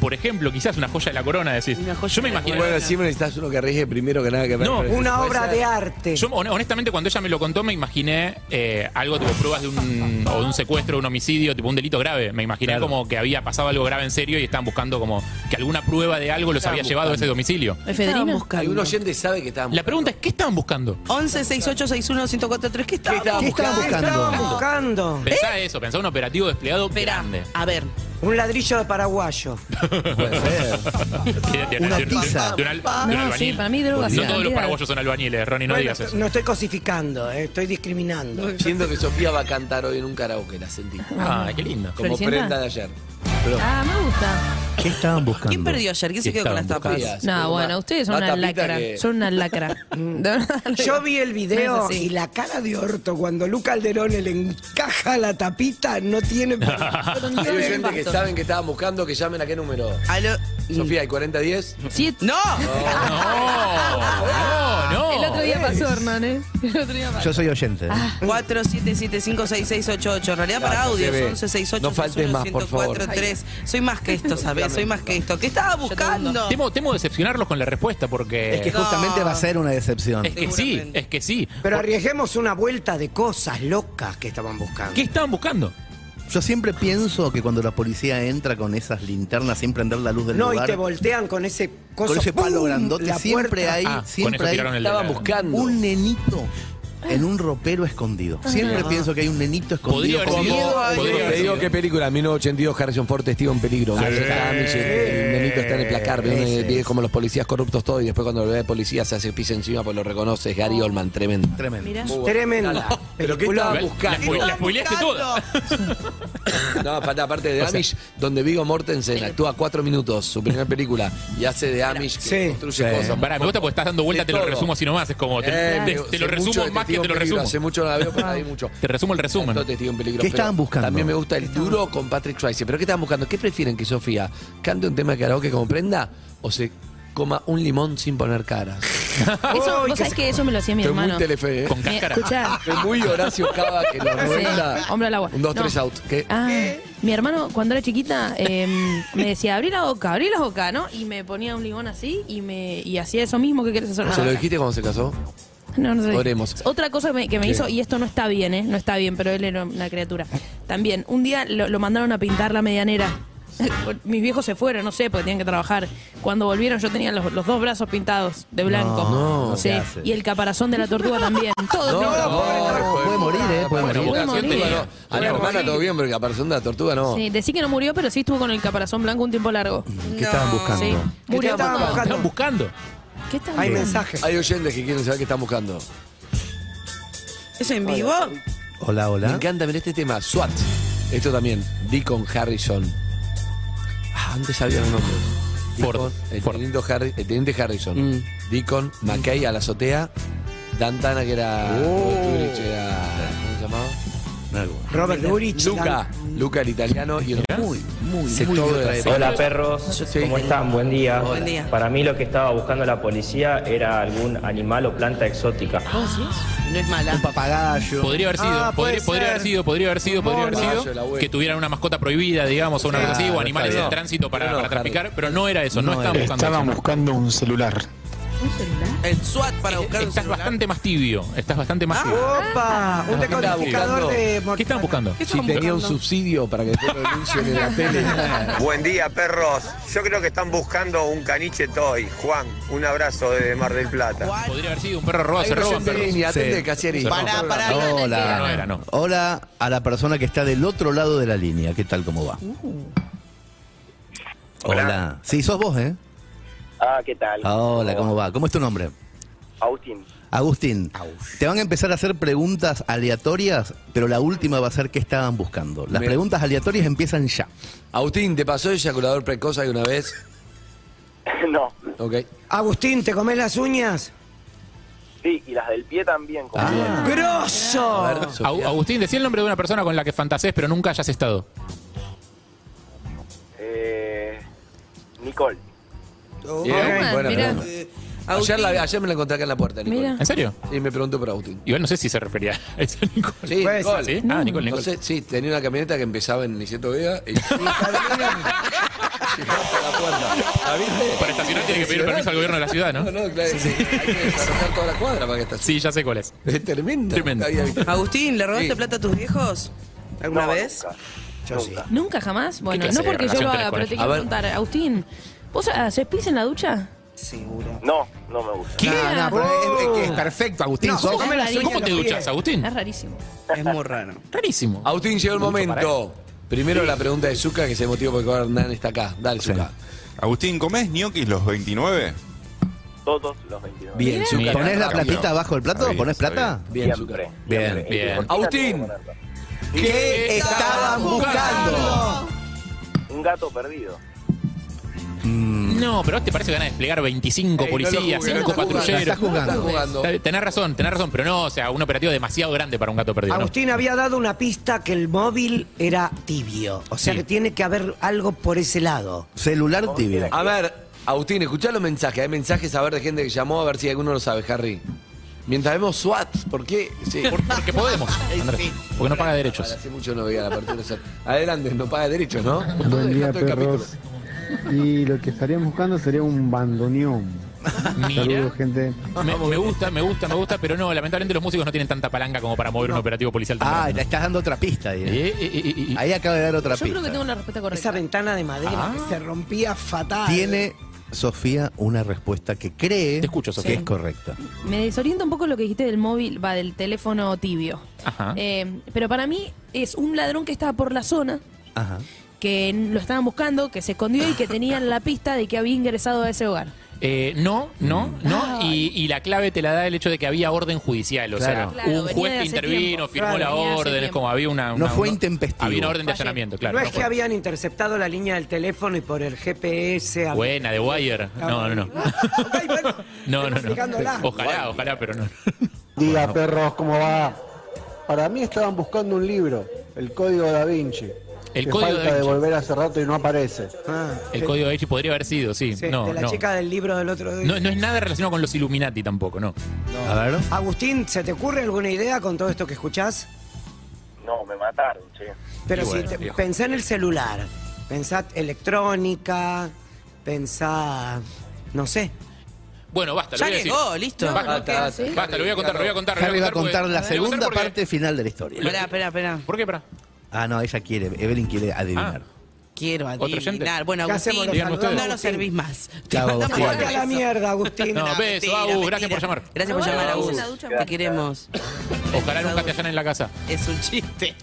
S5: Por ejemplo, quizás una joya de la corona, decís. Yo me imagino...
S15: Bueno, siempre necesitas uno que arriesgue primero que nada que
S5: No,
S15: Puede ser.
S11: arte.
S5: Yo, hon- honestamente, cuando ella me lo contó, me imaginé eh, algo tipo pruebas de un, o de un secuestro, un homicidio, tipo un delito grave. Me imaginé como que había pasado algo grave en serio y estaban buscando como que alguna prueba de algo los
S4: Estaban
S5: había llevado a ese
S4: buscando.
S5: domicilio.
S4: ¿Efedrina? Algún oyente sabe que estábamos.
S5: La pregunta es, ¿qué estaban buscando?
S6: 11 68 61 1043. ¿Qué estaban
S11: ¿Qué estaban buscando?
S6: estaban buscando?
S5: Pensá eso, pensá un operativo desplegado grande.
S6: A ver.
S11: Un ladrillo de paraguayo.
S5: De- de-
S11: Una
S5: de- de-
S11: tiza.
S5: de un al- de
S4: Ah.
S5: un
S11: No, sí,
S5: albañil.
S11: para mí droga
S5: No
S11: sí,
S5: todos los
S11: olvidate.
S5: paraguayos son albañiles, Ronnie, no
S11: Bueno,
S5: digas eso.
S11: No estoy cosificando, eh, estoy discriminando.
S4: Siento que Sofía va a cantar hoy en un karaoke, la sentí.
S5: Ah, qué lindo.
S4: Como
S5: Floricienta.
S4: prenda de ayer.
S9: Ah, me gusta.
S4: ¿Qué estaban buscando?
S9: ¿Quién perdió ayer? ¿Quién se quedó con las tapas? No, bueno, ustedes son una lacra. Son una lacra. De verdad.
S11: Yo vi el video
S9: No es así.
S11: y la cara de orto cuando Luca Alderone le encaja la tapita no tiene.
S4: Hay oyentes que saben que estaban buscando que llamen a qué número.
S11: Mm.
S4: Sofía, ¿hay 4010?
S6: mm, ¡No!
S4: ¡No!
S9: El otro día pasó, Hernán, ¿eh? El otro día pasó.
S4: Yo soy oyente.
S9: Ah.
S6: 47756688. En realidad para
S4: Claro,
S6: audio,
S4: se ve.
S6: 1168
S4: No faltes más, por favor.
S6: 1043. Soy más que esto, ¿sabes? Soy más que esto. ¿Qué estaba buscando?
S5: Temo, temo decepcionarlos con la respuesta porque...
S4: Es que justamente va a ser una decepción.
S5: Es que sí, es que sí.
S11: Pero arriesguemos una vuelta de cosas locas que estaban buscando.
S5: ¿Qué estaban buscando?
S10: Yo siempre pienso que cuando la policía entra con esas linternas sin prender la luz del
S11: No, y
S10: lugar.
S11: te voltean con ese coso,
S10: con ese palo
S11: ¡pum!
S10: grandote
S11: la
S10: siempre
S11: puerta.
S10: hay,
S5: Ah,
S10: siempre hay un nenito en un ropero escondido. Siempre
S15: Ah.
S10: pienso que hay un nenito escondido.
S15: Podría haber sido- podría haber
S4: Te digo
S15: sido.
S4: qué película, 1982, Harrison Ford, testigo en peligro.
S15: Sí.
S4: Ahí está Amish, El nenito está en el placar, ve
S15: Ese
S4: un- ve como los policías corruptos todo y después cuando lo ve de policía se hace pis encima pues lo reconoce, Gary Oldman, tremendo.
S10: Tremendo.
S11: Tremenda.
S4: Pero qué estaba
S5: La
S4: buscando.
S5: spoil- la spoileaste toda.
S4: No, falta aparte de
S5: O sea-
S4: Amish, donde Vigo Mortensen actúa cuatro minutos, su primera película, y hace de Amish que construye cosas.
S5: Pará, me gusta porque estás dando vuelta,
S4: De
S5: te lo
S4: todo.
S5: resumo así nomás. Es como, te,
S4: Eh,
S5: te-
S4: digo,
S5: te lo
S4: sé mucho
S5: resumo
S4: de
S5: más que
S4: Testigo
S5: te lo
S4: en peligro,
S5: resumo.
S4: Hace mucho no la veo, pero la vi mucho.
S5: Te resumo el resumen.
S4: Todo Testigo en peligro,
S10: ¿Qué
S4: pero
S10: estaban buscando?
S4: También me gusta el duro con Patrick Swayze. ¿Pero qué estaban buscando? ¿Qué prefieren que Sofía cante un tema de karaoke como prenda o se coma un limón sin poner cara?
S9: Eso, vos sabés que eso me lo hacía mi
S4: Estoy
S9: hermano.
S4: muy telefe, ¿eh?
S9: Con cáscara. Escuchá.
S4: Estoy muy Horacio Cava que lo
S9: Sí, hombro al agua.
S4: Un 2,
S9: No.
S4: 3 out. ¿Qué?
S9: Ah, mi hermano cuando era chiquita eh, me decía, abrí la boca, abrí la boca, ¿no? Y me ponía un limón así y me y hacía eso mismo que quieres hacer.
S4: ¿Se lo dijiste cuando se casó?
S9: No, no se lo dije.
S4: Oremos.
S9: Otra cosa que me, que me
S4: ¿Qué?
S9: hizo, y esto no está bien, ¿eh? No está bien, pero él era una criatura. También, un día lo, lo mandaron a pintar la medianera. Mis viejos se fueron, no sé, porque tenían que trabajar. Cuando volvieron yo tenía los, los dos brazos pintados de blanco.
S10: No, no,
S9: Sí,
S10: ¿qué haces?
S9: Y el caparazón de la tortuga también. Todo
S4: No,
S9: negro.
S4: puede morir, ¿eh? Puede
S9: Bueno,
S4: morir.
S9: vocación
S4: Bueno,
S9: tenía.
S4: a mi hermana todo bien, pero que apareció una tortuga, no.
S9: Sí, decí que no murió, pero sí estuvo con el caparazón blanco un tiempo largo.
S4: ¿Qué estaban buscando?
S9: Sí. Murió cuando-
S5: Están buscando.
S9: ¿Qué estaban
S4: Bien.
S9: buscando?
S4: Hay oyentes que quieren saber qué están buscando.
S6: ¿Es en vivo?
S10: Hola, hola.
S4: Me encanta ver este tema, SWAT. Esto también, Deacon Harrison. Ah, antes había un nombre. Deacon, el, Teniente Harri- el teniente Harrison.
S5: Mm.
S4: Deacon McKay a la azotea. Dantana, que era. Bullrich, era- ¿Cómo se llamaba?
S11: Robert Durich.
S4: Luca. Luca el italiano y el muy, muy,
S16: Sector de la defensa. Hola perros, ¿cómo están? Buen día.
S4: Buen día.
S16: Para mí lo que estaba buscando la policía era algún animal o planta exótica.
S11: No es mala. Un papagayo.
S5: Podría haber sido, podría, podría haber sido, podría haber sido, podría haber
S4: mono.
S5: sido que tuvieran una mascota prohibida, digamos, o una
S4: Claro,
S5: cosa así, o
S4: está
S5: animales
S4: bien.
S5: en tránsito para,
S4: Pero no,
S5: para traficar, pero no era eso, no,
S17: No,
S5: estaban buscando
S17: estaban
S5: eso.
S17: buscando un celular.
S5: El SWAT para buscar Estás bastante más tibio, estás bastante
S11: Ah,
S5: más tibio.
S11: ¡Opa! Un
S5: ¿Qué estaban
S11: decodificador
S5: buscando?
S11: de...
S5: ¿Qué están buscando?
S4: Si tenía un subsidio para que después lo denuncien en la tele.
S18: Buen día, perros. Yo creo que están buscando un caniche toy. Juan, un abrazo de Mar del Plata.
S5: Podría haber sido un perro roba,
S4: Hay
S5: se
S4: una
S5: roban
S4: gente
S5: perros.
S4: en línea, atende, Casieri.
S5: Se
S4: Pará,
S6: Ah,
S5: roban.
S4: pará,
S10: Hola.
S5: No era, no.
S10: Hola a la persona que está del otro lado de la línea. ¿Qué tal, cómo va?
S19: Uh.
S10: Hola. Sí, sos vos, ¿eh?
S19: Ah, ¿qué tal?
S10: Hola, ¿cómo va? ¿Cómo es tu nombre?
S19: Agustín.
S10: Agustín. Te van a empezar a hacer preguntas aleatorias, pero la última va a ser qué estaban buscando. Las
S4: Bien.
S10: preguntas aleatorias empiezan ya.
S4: Agustín, ¿te pasó eyaculador precoz alguna vez?
S19: no.
S4: Ok.
S11: Agustín, ¿te comés las uñas? Ah,
S19: Sí, y las del pie también. como
S11: ¡Grosso!
S5: Au- Agustín, decía el nombre de una persona con la que fantasees, pero nunca hayas estado.
S19: Eh, Nicole.
S4: Bien,
S5: Toma,
S4: buena
S5: mirá.
S4: pregunta. Ah, Ayer, la vi- ayer me la encontré acá en la puerta, Nicole.
S5: Mirá. ¿En serio?
S4: Sí, me preguntó por Agustín.
S5: Igual no sé si se refería a eso, Nicole.
S4: Sí, Nicole.
S5: ¿Sí? Ah, Nicole, Nicole.
S4: Entonces, sí, tenía una camioneta que empezaba en Niceto Vega y llegaba hasta la puerta. ¿La viste?
S5: Para estacionar tiene que pedir permiso al gobierno de la ciudad, ¿no?
S4: No, no, claro. Sí, Hay que desarrollar toda la cuadra para que estacione.
S5: Sí, ya sé cuál es.
S4: Es tremendo.
S5: Tremendo.
S6: Agustín, ¿le robaste
S4: Sí.
S6: plata a tus viejos? ¿Alguna vez?
S11: Yo sí.
S9: ¿Nunca jamás? Bueno,
S11: clase
S9: no
S11: de
S9: porque yo
S11: relación
S9: lo
S11: tenés
S9: haga,
S11: con
S9: pero
S11: él?
S9: te
S11: A
S9: quiero
S11: ver.
S9: preguntar. Agustín, ¿vos haces pis en la ducha?
S11: Seguro.
S19: No, no me gusta.
S9: ¿Qué?
S17: No, no, pero es, es que es perfecto, Agustín.
S9: No,
S17: sos-
S9: ¿cómo
S17: ¿cómo
S9: rarísimo.
S17: te
S9: Bien.
S17: duchas,
S5: Agustín?
S9: Es rarísimo.
S11: Es muy raro.
S5: Rarísimo.
S4: Agustín, llegó el momento. Primero la pregunta de Zucca, que se motiva porque ahora Hernán está acá. Dale, Zucca.
S8: Agustín, ¿comés ñoquis los 29?
S19: Todos los 29.
S4: Bien, Zucca.
S10: ¿Ponés la
S4: Campeón.
S10: platita abajo del plato?
S4: Sabía,
S10: ¿Ponés plata?
S4: sabía. Bien, Zucca. Bien, bien.
S5: Ah,
S4: Agustín.
S10: ¿Qué estaban buscando?
S19: Un gato perdido.
S5: No, pero vos te parece que van a desplegar 25
S4: Ey, no lo
S5: policías,
S4: juzgues,
S5: 5
S4: no lo juzgues,
S5: patrulleros.
S4: estás jugando. Estás jugando.
S5: Está- Tenés razón, tenés razón, pero no, o sea, un operativo demasiado grande para un gato perdido. ¿no?
S11: Agustín había dado una pista que el móvil era tibio. O sea
S5: Sí.
S11: que tiene que haber algo por ese lado.
S10: Celular tibio. Ah,
S4: A ver, Agustín, escuchá los mensajes. Hay mensajes a ver de gente que llamó, a ver si alguno lo sabe, Harry. Mientras vemos SWAT, ¿por qué? Sí.
S5: porque podemos. Porque no paga derechos.
S4: Hace mucho no veía la apertura. SWAT. Adelante, no paga derechos, ¿no?
S3: Buen día,
S4: Tanto el capítulo.
S3: perros. Y lo que estarían buscando sería un bandoneón.
S5: Mira.
S3: Saludos, gente.
S5: Me, me gusta, me gusta, me gusta, pero no, lamentablemente los músicos no tienen tanta palanca como para mover un operativo policial tan
S10: Ah,
S5: grande. Eh,
S10: le estás dando otra pista. Diego. Ahí acaba de dar otra
S6: Yo
S10: pista.
S6: creo que tengo la respuesta correcta.
S11: Esa ventana de madera
S5: Ah.
S11: que se rompía fatal.
S10: Tiene Sofía una respuesta que cree que
S9: Sofía.
S10: es correcta.
S9: Me desorienta un poco lo que dijiste del móvil, va del teléfono tibio.
S10: Ajá.
S9: Eh, pero para mí es un ladrón que estaba por la zona,
S10: Ajá.
S9: que n- lo estaban buscando, que se escondió y que tenían la pista de que había ingresado a ese hogar.
S5: Eh, no, no, no. Y, y la clave te la da el hecho de que había orden judicial. O
S10: Claro.
S5: sea,
S10: Claro,
S5: un
S10: venía
S5: juez
S10: de
S5: que
S10: hace
S5: intervino,
S10: tiempo.
S5: firmó
S10: Claro,
S5: la
S10: venía de hace
S5: orden, es
S10: tiempo.
S5: como había una.
S10: No
S5: una-
S10: fue
S5: una-
S10: intempestivo.
S5: Había una orden de
S10: Falle.
S5: allanamiento, claro.
S11: no
S5: no
S11: es que
S5: fue.
S11: habían interceptado la línea del teléfono y por el GPS. habían-
S5: Buena, de Wire. No, no, no. No, no, no.
S11: fijándola.
S5: Ojalá, ojalá, pero no.
S3: Diga, perros, ¿cómo va? Para mí estaban buscando un libro, el Código Da Vinci.
S5: El
S3: que
S5: Código Da
S3: falta
S5: Vinci.
S3: de volver hace rato y no aparece.
S5: El código de H podría haber sido, sí.
S11: Ah. Sí,
S5: no,
S11: de la
S5: no.
S11: chica del libro del otro día.
S5: No, no es nada relacionado con los Illuminati tampoco, no. A ver.
S10: Ah,
S11: Agustín, ¿se te ocurre alguna idea con todo esto que escuchás?
S19: No, me mataron, che.
S11: Pero
S19: Y
S11: si
S19: bueno,
S11: te-
S19: viejo.
S11: pensá en el celular, pensá electrónica, pensá, no sé.
S5: Bueno, basta,
S11: Ya
S5: lo voy a decir.
S11: llegó, listo.
S5: Basta,
S11: No, no queda así.
S5: basta, lo voy a contar, lo voy a contar. lo
S10: Harry
S5: voy
S10: va
S5: a
S10: a
S5: contar
S10: contar
S5: porque-
S10: la
S5: lo voy a contar
S10: segunda
S5: porque-
S10: parte final de la historia.
S5: Esperá,
S6: espera, espera.
S5: ¿Por qué, para?
S10: Ah, no, ella quiere. Evelyn quiere adivinar.
S6: Quiero
S5: ¿Otro oyente?
S6: adivinar. Bueno,
S5: ¿Qué
S6: Agustín,
S5: hacemos? Lo Digan saludamos,
S6: no nos
S5: Agustín.
S6: servís más. Te
S10: Chao,
S6: mandamos
S10: Agustín.
S6: a la
S11: mierda, Agustín.
S5: No, beso,
S6: mentira,
S5: Agus, gracias
S6: mentira.
S5: por llamar.
S6: Gracias por
S5: Nos
S6: llamar,
S5: vemos
S6: Agus.
S5: en la ducha,
S6: Te
S5: Agus.
S6: queremos.
S5: Ojalá nunca te hallan en la casa.
S6: Es un chiste.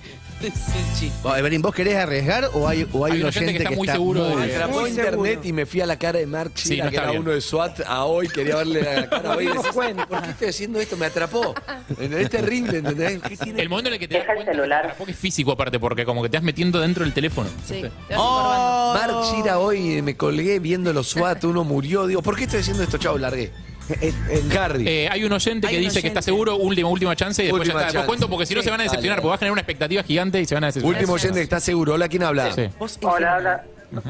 S6: Es un chiste.
S10: Vos, Evelyn, ¿vos querés arriesgar o hay, o hay, un oyente que está muy seguro
S4: Me atrapó internet y me fui a la cara de Mark
S10: Sí,
S4: Sheila,
S10: no
S4: que
S10: está
S4: era
S10: bien.
S4: uno de SWAT, a hoy quería verle la cara.
S10: Nos
S4: hoy
S10: dimos
S4: decís, ¿Por qué estoy haciendo esto? Me atrapó. Es terrible, ¿entendés? ¿Qué tiene?
S5: El momento en el que te Deja el celular. Porque es físico aparte, porque como que te vas metiendo dentro del teléfono.
S9: Sí.
S4: Mark Sheila hoy eh, me colgué viendo los SWAT, uno murió. Digo, ¿por qué estoy haciendo esto? Chau, largué. Harry.
S5: Eh, hay un oyente que
S4: Hay un
S5: dice que está
S4: oyente.
S5: seguro, última, última chance, y después
S4: Última
S5: ya está. Después
S4: chance.
S5: cuento porque si no
S4: Sí,
S5: se van a decepcionar,
S4: dale.
S5: porque va a generar una expectativa gigante y se van a decepcionar.
S4: Último oyente que está seguro. Hola, ¿quién habla?
S5: Sí.
S20: Hola, hola.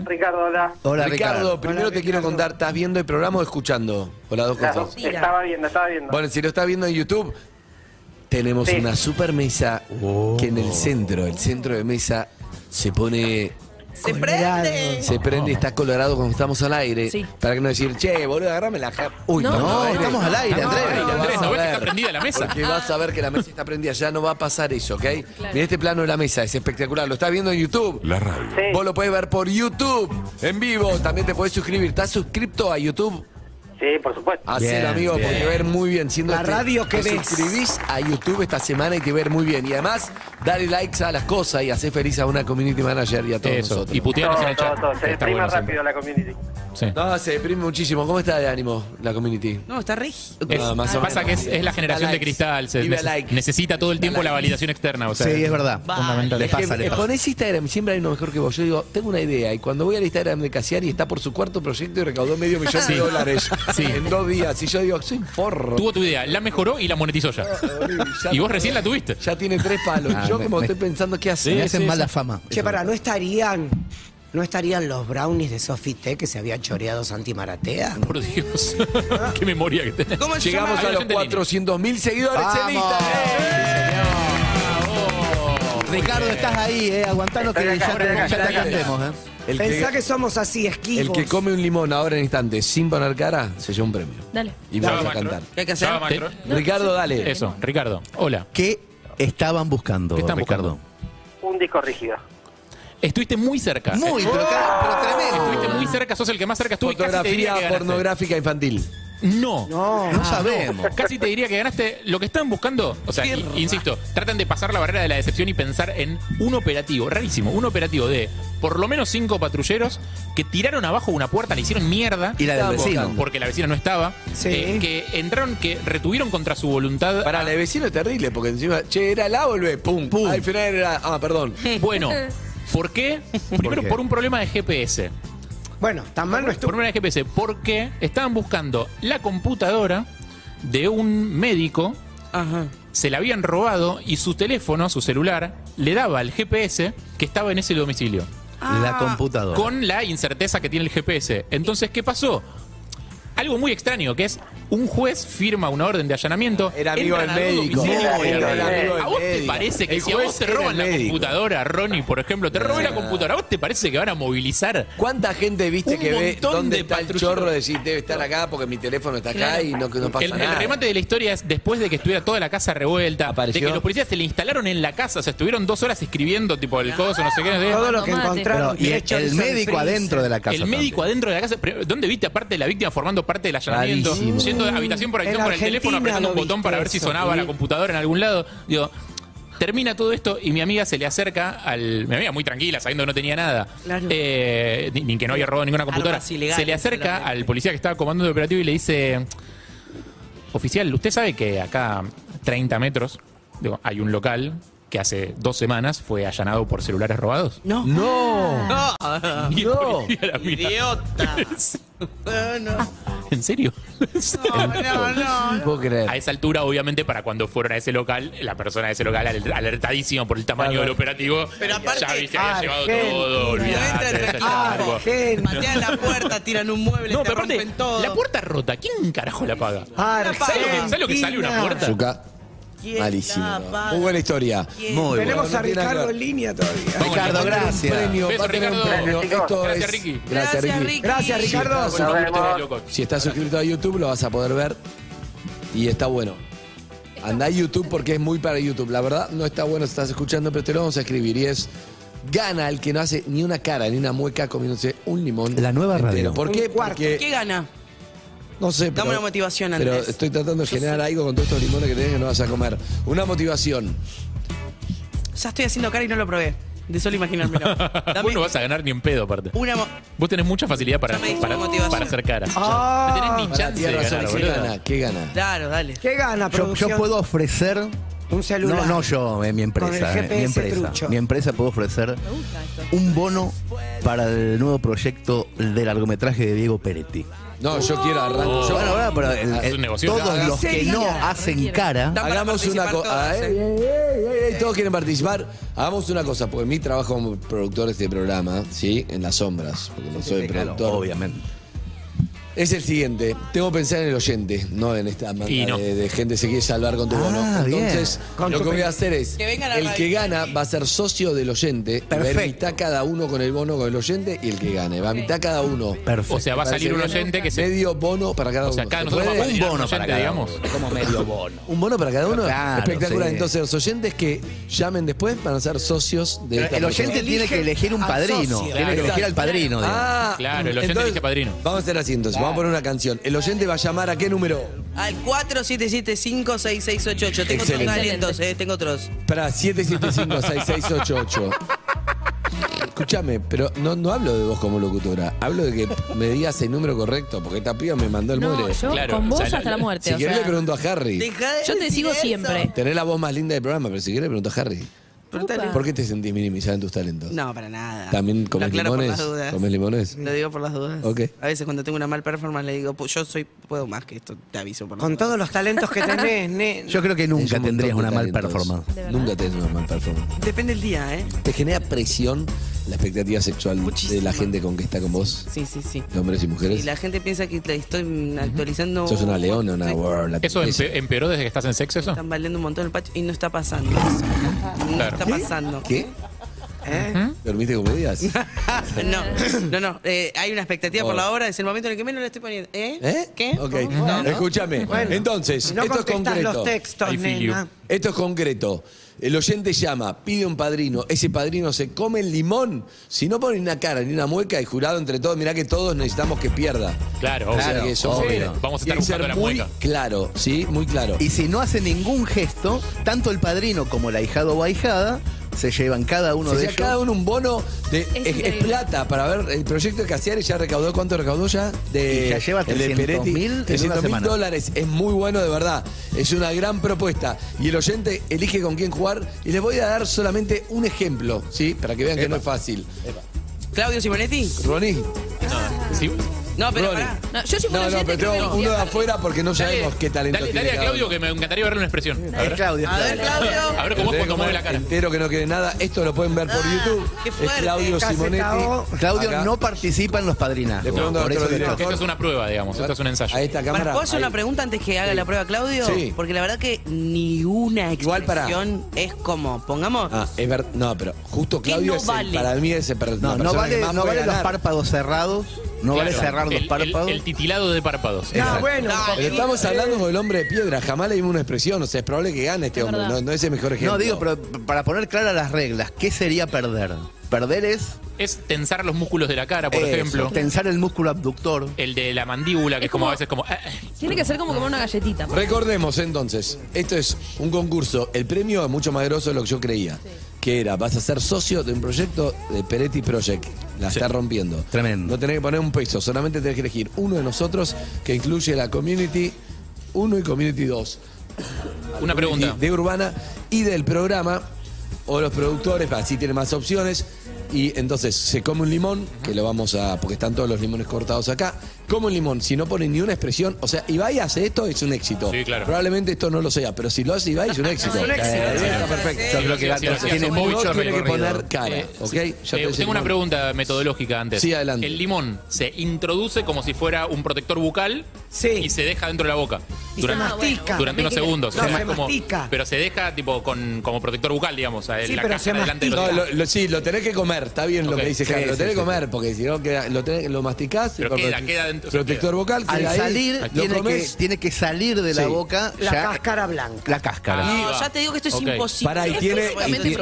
S20: Ricardo, hola.
S4: Ricardo, primero te quiero contar, ¿estás viendo el programa o escuchando? O las dos
S20: Las
S4: cosas.
S20: dos- Estaba viendo, estaba viendo.
S4: Bueno, si lo estás viendo en YouTube, tenemos
S20: Sí.
S4: una super mesa que en el centro, el centro de mesa, se pone.
S6: Se prende.
S4: Se prende y está colorado cuando estamos al aire.
S6: Sí.
S4: Para que no decir, che, boludo, agarrame la ja-". Uy,
S10: No, no, estamos al aire, Andrés.
S4: vas
S5: Andrés, ¿no
S4: a
S5: ves que está
S4: ver.
S5: prendida la mesa?
S4: Porque vas a ver que la mesa está prendida. Ya no va a pasar eso, ¿ok?
S5: Claro.
S4: Mirá este plano de la mesa, es espectacular. Lo estás viendo en YouTube. La radio. Vos lo podés ver por YouTube, en vivo. También te podés suscribir. ¿Estás suscripto a YouTube?
S20: Sí, por supuesto.
S4: Hacer, amigo, porque ver muy bien. Siendo
S20: La
S4: este-
S20: radio que
S4: te
S20: ves.
S4: suscribís a YouTube esta semana y te ver muy bien. Y además, dale likes a las cosas y hacer feliz a una community manager y a todos
S5: Eso,
S4: nosotros.
S5: y putearnos en el
S20: Todo,
S5: chat.
S20: todo, se
S5: Está
S20: deprime
S5: bueno siempre.
S20: rápido la community.
S4: No, se deprime muchísimo. ¿Cómo está de ánimo la community?
S6: No, está re.
S5: Es-
S4: Ah, más o
S5: pasa
S4: menos.
S5: que es, es la generación
S4: Da
S5: de
S4: likes.
S5: cristal, se
S4: Y da
S5: nece-
S4: likes.
S5: necesita todo el tiempo la validación externa. O sea,
S10: Sí, es verdad.
S5: fundamental.
S10: Le pasa, le
S4: Eh,
S10: pasa.
S4: Ponés Instagram, siempre hay uno mejor que vos. Yo digo, tengo una idea. Y cuando voy al Instagram de Casiari, está por su cuarto proyecto y recaudó medio millón
S5: Sí.
S4: de dólares
S5: Sí.
S4: en dos días. Y yo digo, soy un forro.
S5: Tuvo tu idea, la mejoró y la monetizó ya.
S4: Ah, Ya
S5: Y vos
S4: no-
S5: recién la tuviste.
S4: Ya tiene tres palos.
S10: Ah,
S4: yo,
S10: me-
S4: como
S10: me-
S4: estoy pensando, ¿qué hacer?
S10: me hacen mala fama.
S11: Che, pará, ¿no estarían, ¿no estarían los brownies de Sofité que se había choreado Santi Maratea?
S5: Por Dios. Qué memoria que tenés.
S11: ¿Cómo se
S4: Llegamos
S11: llama?
S4: a los
S11: Oyente Lini.
S4: 400 mil seguidores en
S10: Vamos. Ricardo, estás ahí, eh. Aguantanos que ya te, ya te atendemos, eh.
S4: El
S11: Pensá
S4: que,
S11: que, somos así, esquivos.
S4: el que come un limón ahora en instante sin poner cara, se lleva un premio.
S9: Dale.
S4: Y
S5: Ya
S4: vamos
S5: va
S4: a
S5: Macron.
S4: cantar.
S6: ¿Qué hay que hacer?
S5: Ya va Macron.
S4: Te- Ricardo, dale.
S5: Eso, Ricardo. Hola.
S10: ¿Qué estaban buscando,
S5: ¿Qué están
S10: Ricardo?
S20: Un disco rígido.
S5: Estuviste muy cerca.
S10: Muy, pero, ca- pero tremendo.
S5: Estuviste muy cerca, sos el que más cerca estuvo y casi te diría que
S4: Fotografía
S5: ganaste.
S4: pornográfica infantil.
S5: No.
S11: No,
S10: No sabemos.
S5: Casi te diría que ganaste lo que están buscando. O sea, i- insisto, tratan de pasar la barrera de la decepción y pensar en un operativo, rarísimo, un operativo de por lo menos cinco patrulleros que tiraron abajo una puerta, le hicieron mierda.
S10: Y la del
S5: Porque-
S10: vecino.
S5: Porque la vecina no estaba. Eh,
S11: Sí.
S5: que entraron, que retuvieron contra su voluntad.
S4: Para el vecino es terrible, porque encima, che, era la volvé, pum, pum. Al final era, ah, perdón.
S5: Bueno, ¿por qué? Primero,
S10: qué?
S5: por un problema de GPS.
S11: Bueno, tan mal no
S5: Por
S11: estuvo.
S5: problema de GPS, porque estaban buscando la computadora de un médico
S6: Ajá.
S5: se la habían robado y su teléfono, su celular, le daba al GPS que estaba en ese domicilio.
S10: La computadora.
S5: Ah. Con la incerteza que tiene el GPS. Entonces, ¿qué pasó? Algo muy extraño, que es un juez firma una orden de allanamiento.
S4: Era amigo
S5: entran
S4: del
S5: a dos
S4: médico.
S5: domicilios.
S4: No, era amigo del
S5: ¿A vos te
S4: médico.
S5: parece que
S4: El
S5: si a vos
S4: juez
S5: te
S4: era
S5: roban
S4: el
S5: la
S4: médico.
S5: computadora, Ronnie, por ejemplo, te roban la computadora, ¿a vos te parece que van a movilizar?
S4: ¿Cuánta gente viste
S5: Un
S4: que ve
S5: montón
S4: dónde
S5: de
S4: está el
S5: patrulleros.
S4: chorro de decir debe estar acá porque mi teléfono está acá
S5: Claro.
S4: y no, que no pasa
S5: el, el
S4: nada?
S5: remate de la historia es después de que estuviera toda la casa revuelta,
S4: Apareció.
S5: de que los policías se le instalaron en la casa, o sea, estuvieron dos horas escribiendo tipo el coso, no sé qué. no sé qué.
S11: Todo lo que
S9: Tomate.
S10: Pero,
S11: encontraron.
S10: y
S11: tiene
S10: el, el
S11: chorizo de
S10: médico
S11: freezer.
S10: adentro de la casa.
S5: el médico adentro de la casa, pre- ¿dónde viste aparte de la víctima formando parte del allanamiento?
S10: Rarísimo.
S5: Yendo de habitación por
S11: En
S5: habitación con el teléfono,
S11: Argentina
S5: apretando un
S11: lo
S5: botón para ver si
S11: viste
S5: sonaba
S11: eso, Mm.
S5: la
S11: sí.
S5: computadora en algún lado. Digo, termina todo esto y mi amiga se le acerca al. Mi amiga muy tranquila, sabiendo que no tenía nada.
S6: Claro.
S5: Eh, ni, ni que no había robado ninguna computadora.
S6: Armas ilegales,
S5: Se le acerca
S6: solamente.
S5: al policía que estaba comandando el operativo y le dice. Oficial, usted sabe que acá a 30 metros digo, hay un local que hace dos semanas fue allanado por celulares robados.
S6: No.
S4: No,
S5: Y el
S4: no.
S5: policía la mira.
S6: Idiota. No, no.
S5: ¿En serio?
S6: No, no, no.
S4: No puedo creer.
S5: A esa altura, obviamente, para cuando fueron a ese local, la persona de ese local al- alertadísimo por el tamaño
S4: Claro.
S5: del operativo,
S6: Pero aparte, ah,
S5: ya viste, había llevado
S11: Argentina,
S5: todo,
S11: no
S5: olvidate,
S6: entra
S5: ya
S6: entre
S5: estaba,
S11: equipo.
S5: tipo-
S11: Argentina.
S6: Patean la puerta, tiran un mueble,
S5: No,
S6: te
S5: pero aparte,
S6: rompen todo.
S5: la puerta rota, ¿quién carajo la paga? ¿Sabes lo que- sabes lo que sale una puerta?
S4: Zucca,
S6: ¿Quién
S4: malísimo.
S6: la paga?
S4: Muy buena historia.
S6: ¿Quién?
S10: Muy bueno.
S11: Tenemos a
S4: No tiene nada
S11: Ricardo
S4: que ver.
S11: en línea todavía.
S5: Vamos,
S10: Ricardo,
S5: le mando un
S10: gracias.
S4: Premio,
S5: Beso,
S4: va a tener un
S5: Ricardo.
S4: premio. Esto
S5: Gracias,
S4: es-
S5: Ricky.
S4: Gracias, Ricky.
S11: Gracias, Ricardo.
S5: Bueno,
S20: Nos
S5: vamos,
S20: vemos.
S5: loco.
S4: Si estás suscrito a YouTube lo vas a poder ver y está bueno. Andá a YouTube porque es muy para YouTube. La verdad no está bueno si estás escuchando, pero te lo vamos a escribir y es gana el que no hace ni una cara ni una mueca comiéndose un limón.
S10: La nueva radio.
S4: ¿Por qué?
S11: Un cuarto.
S4: Porque
S6: ¿Qué gana?
S4: no sé, pero,
S6: Dame una motivación,
S4: pero
S6: Andrés.
S4: estoy tratando de generar algo con todos estos limones que tenés que no vas a comer. Una motivación.
S6: Ya estoy haciendo cara y no lo probé. de solo imaginármelo. Dame
S5: Vos no vas a ganar ni en pedo, aparte.
S6: una mo-
S5: Vos tenés mucha facilidad para, para, para hacer cara.
S6: Ah.
S5: no tenés ni chance de ganar,
S4: ¿Qué
S5: boludo.
S4: gana? ¿Qué gana?
S6: Claro, dale.
S11: ¿Qué gana,
S10: Yo,
S11: producción?
S10: yo puedo ofrecer. Un
S11: celular.
S10: No, no yo, eh, mi
S11: Con el
S10: empresa. eh, mi
S11: GPS
S10: empresa.
S11: trucho.
S10: Mi empresa puedo ofrecer un bono para el nuevo proyecto del largometraje de Diego Peretti.
S4: No, yo quiero arrancar. yo- Ah,
S10: Bueno, bueno, pero el- el- todos los que no hacen cara.
S4: Hagamos una cosa. Todos quieren participar. Hagamos una cosa, porque mi trabajo como productor de este programa, ¿sí? En las sombras, porque no soy
S10: claro,
S4: productor. obviamente. Es el siguiente. Tengo que pensar en el oyente, no en esta manga
S10: Y no.
S4: de, de gente que se quiere salvar con tu bono.
S10: bien.
S4: Entonces,
S10: Con
S4: lo
S10: tu
S4: que voy
S10: pe-
S4: a hacer es:
S10: Que venga la
S4: el que
S10: radio.
S4: gana va a ser socio del oyente. Perfecto. Va a mitad cada uno con el bono con el oyente y el que gane. Va a mitad cada uno.
S5: O sea, va a salir un oyente que se.
S4: Medio bono para cada
S5: O sea,
S4: uno.
S5: cada
S4: ¿Se
S5: nosotros
S4: puede?
S5: vamos a salir
S4: Un bono
S5: un oyente,
S4: para cada
S5: digamos.
S4: uno.
S5: Como medio bono.
S4: ¿Un bono para cada uno?
S5: Claro,
S4: Espectacular.
S5: sí.
S4: Entonces, los oyentes que llamen después van a ser socios de
S10: Pero
S4: esta
S10: el oyente
S4: persona.
S10: tiene que elegir un
S4: al
S10: padrino,
S4: socio.
S10: tiene que elegir al padrino, digamos.
S4: Ah,
S5: Claro, el oyente
S4: entonces,
S5: elige padrino.
S4: Vamos a hacer así entonces. Vamos a poner una canción. El oyente va a llamar a qué número?
S6: Al 4775-6688. Tengo otros
S4: Excelente.
S6: talentos, eh, tengo otros.
S4: Para 775-6688. Escúchame, pero no, no hablo de vos como locutora. Hablo de que me digas el número correcto, porque esta piba me mandó el
S9: No,
S4: muere.
S9: yo Claro, con o vos sea, hasta la muerte,
S4: Si
S9: o
S4: querés
S9: sea.
S4: le pregunto a Harry.
S9: Yo te sigo siempre.
S4: Tenés la voz más linda del programa, pero si querés le pregunto a Harry.
S9: Upa.
S4: ¿Por qué te sentís minimizada en tus talentos?
S6: No, para nada.
S4: ¿También
S6: Lo
S4: comes
S6: aclaro por
S4: limones?
S6: las dudas.
S4: ¿Comes limones?
S6: Lo digo por las dudas.
S4: Ok.
S6: A veces cuando tengo una mal performance le digo, "Pu- yo soy puedo más que esto, te aviso por las
S11: Con
S6: dudas".
S11: todos los talentos que tenés, ne-
S10: Yo creo que nunca tendrías una mal
S4: talentos.
S10: performance.
S4: Nunca tenés una mal performance.
S6: Depende el día, ¿eh?
S4: ¿Te genera presión la expectativa sexual de la gente con que está con vos?
S6: Sí, sí, sí.
S4: De hombres y
S6: Y
S4: mujeres.
S6: la gente piensa que te estoy mm, actualizando.
S4: Sos una leona, una world.
S5: ¿Eso empe- empeoró desde que estás en sexo eso?
S6: Están valiendo un montón el patio y no está pasando eso. No
S5: Claro. ¿Qué?
S6: está pasando.
S4: ¿Qué?
S6: ¿Eh?
S4: ¿Dormiste comedias?
S6: No, no, no. eh, hay una expectativa por la hora, es el momento en el que menos le estoy poniendo. ¿Eh?
S4: Oh. ¿Eh?
S6: ¿Qué?
S4: Ok,
S6: ¿Cómo? No.
S4: escúchame.
S6: Bueno.
S4: Entonces,
S6: No
S4: esto es
S6: contestás
S4: concreto.
S6: los textos, I feel nena. you.
S4: Esto es concreto. El oyente llama, pide un padrino, ese padrino se come el limón. Si no pone una cara ni una mueca, el jurado entre todos, mirá que todos necesitamos que pierda.
S5: Claro,
S4: O sea
S5: obvio.
S4: que eso-
S5: obvio.
S4: Sí.
S5: Vamos a
S4: Tiene
S5: estar
S4: que ser
S5: buscando la
S4: muy
S5: mueca.
S4: Claro, sí, muy claro.
S10: Y si no hace ningún gesto, tanto el padrino como el ahijado o ahijada se llevan cada uno
S4: Si
S10: de
S4: sea
S10: ellos.
S4: cada uno un bono de, es, es
S10: increíble.
S4: plata para ver el proyecto de Casiari ya recaudó cuánto recaudó ya de
S10: Y ya lleva
S4: el de
S10: 300.000
S4: Peretti,
S10: en una
S4: 300.000
S10: semana.
S4: dólares es muy bueno de verdad es una gran propuesta y el oyente elige con quién jugar y les voy a dar solamente un ejemplo sí para que vean que no es fácil
S6: ¿Claudio Simonetti?
S4: Ronnie Ah.
S6: No, pero
S4: Ronnie.
S6: pará.
S9: No, yo soy
S4: no, no, pero tengo uno de afuera porque no
S5: Dale,
S4: sabemos qué talento
S5: dale,
S4: tiene
S5: dale a
S4: cada
S5: Claudio que me encantaría verle una expresión.
S10: A ver, Claudio.
S5: A ver, Claudio. A ver cómo es cuando mueve la cara.
S4: Entero que no quiere nada. Esto lo pueden ver por
S6: Ah,
S4: YouTube. Es Claudio Simonetti.
S10: Claudio
S4: Acá.
S10: no participa en los padrinazgos.
S4: Le pregunto a
S10: por
S4: otro
S10: eso que
S4: director.
S10: está-
S5: Esto es una prueba, digamos. Esto es un ensayo.
S4: Ahí está
S6: Para,
S4: cámara.
S6: ¿Puedo hacer una pregunta antes que haga la prueba Claudio?
S4: Sí.
S6: Porque la verdad que ni una
S4: Igual para-
S6: expresión es como, pongamos,
S4: Ah, es ver- no, pero justo
S6: ¿Qué
S4: Claudio
S6: no
S4: es el-
S6: vale?
S4: para mí es el per- la
S10: No, no
S4: persona
S10: vale,
S4: que más
S10: no
S4: puede
S10: vale los
S4: ganar.
S10: párpados cerrados. No vale
S5: Claro,
S10: cerrar los
S5: el-
S10: párpados.
S5: El, el titilado de párpados.
S4: Exacto.
S10: bueno,
S5: Ah,
S4: Pero
S6: Eh,
S4: estamos hablando con el hombre de piedra, jamás le dimos una expresión, o sea, es probable que gane este hombre,
S10: verdad.
S4: no, no es el mejor ejemplo.
S10: No, digo, pero para poner claras las reglas, ¿qué sería perder? Perder es,
S5: Es tensar los músculos de la cara, Ah, por
S10: eso,
S5: ejemplo.
S10: tensar el músculo abductor.
S5: El de la mandíbula, que es como, a veces como. "Ah".
S9: Tiene que ser como comer una galletita.
S4: Recordemos entonces, esto es un concurso, el premio es mucho más grosso de lo que yo creía, que era, vas a ser socio de un proyecto de Peretti Project, la está rompiendo. Tremendo. No tenés que poner un peso, solamente tenés que elegir uno de nosotros que incluye la Community 1 y Community 2.
S5: Una pregunta.
S4: De Urbana y del programa, o los productores, así tiene más opciones. Y entonces se come un limón, que lo vamos a. porque están todos los limones cortados acá. Come un limón, si no pone ni una expresión. O sea, Ibai hace esto, es un éxito.
S5: Sí, claro.
S4: Probablemente esto no lo sea, pero si lo hace Ibai, es un éxito.
S5: Es un éxito.
S4: Eh,
S5: Sí,
S4: está
S5: sí,
S4: perfecto.
S5: sí.
S4: Yo creo que
S5: Sí, sí, sí,
S4: Gato
S5: sí,
S4: tiene
S5: sí.
S4: mucho
S5: Mucho
S4: tiene que
S5: recorrido.
S4: poner cara,
S5: Eh,
S4: ¿ok?
S5: sí.
S4: Ya te
S5: Eh,
S4: dice
S5: tengo una
S4: limón.
S5: pregunta metodológica antes.
S4: Sí, adelante.
S5: El limón se introduce como si fuera un protector bucal y se deja dentro de la boca.
S11: Y se mastica.
S5: durante unos
S11: Me queda-
S5: segundos.
S11: No,
S5: O sea,
S11: se
S5: es como-
S11: mastica.
S5: Pero se deja tipo con, como protector bucal, digamos. a-
S11: Sí,
S5: la
S11: pero
S5: caja
S11: se
S5: delante de los
S4: No,
S5: demás.
S4: lo- lo- sí, lo tenés que comer, está bien lo
S5: Ok.
S4: que dice
S5: Sí,
S4: Jaro, lo
S5: sí,
S4: tenés que
S5: sí.
S4: comer, porque si no queda- lo, tenés- lo masticás,
S5: Pero
S4: lo-
S5: queda- queda dentro, se
S4: protector
S5: queda.
S4: vocal,
S10: Al
S4: queda ahí,
S10: salir,
S4: lo
S10: tiene que,
S4: comés.
S10: tiene que salir de la
S4: Sí.
S10: boca
S11: la
S10: ya
S11: cáscara blanca.
S10: la cáscara.
S5: Ah.
S6: No, ya te digo que esto es
S4: Ok.
S6: imposible.
S4: Pará, y tiene. y tiene-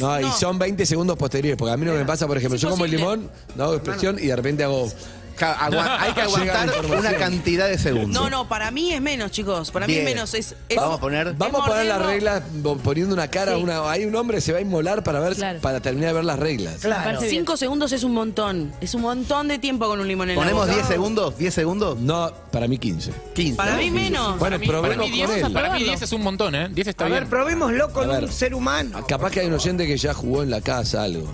S4: No, y son 20 segundos posteriores. Porque a mí no me pasa, por ejemplo, yo como el limón, no hago expresión y de repente hago.
S17: Claro, agua- hay que aguantar
S10: una cantidad de segundos.
S6: No, no, para mí es menos, chicos. Para mí
S4: Bien.
S6: es menos. Es, es-
S4: vamos a poner, vamos a poner las
S6: morderlo.
S4: reglas bo- poniendo una cara.
S6: Sí.
S4: Una, hay un hombre se va a inmolar para ver, para terminar de ver las reglas.
S6: Claro. Cinco segundos es un montón. Es un montón de tiempo con un limón en la
S4: ¿Ponemos
S6: boca.
S4: 10
S10: segundos? ¿10 segundos?
S4: No, para mí 15. 15.
S6: Para mí menos.
S4: Bueno, probemos
S5: mí 10
S4: con él.
S5: para mí 10 es un montón, ¿eh? 10 está bien.
S11: probémoslo
S5: con un
S11: ser humano.
S4: Capaz que hay un oyente que ya jugó en la casa algo.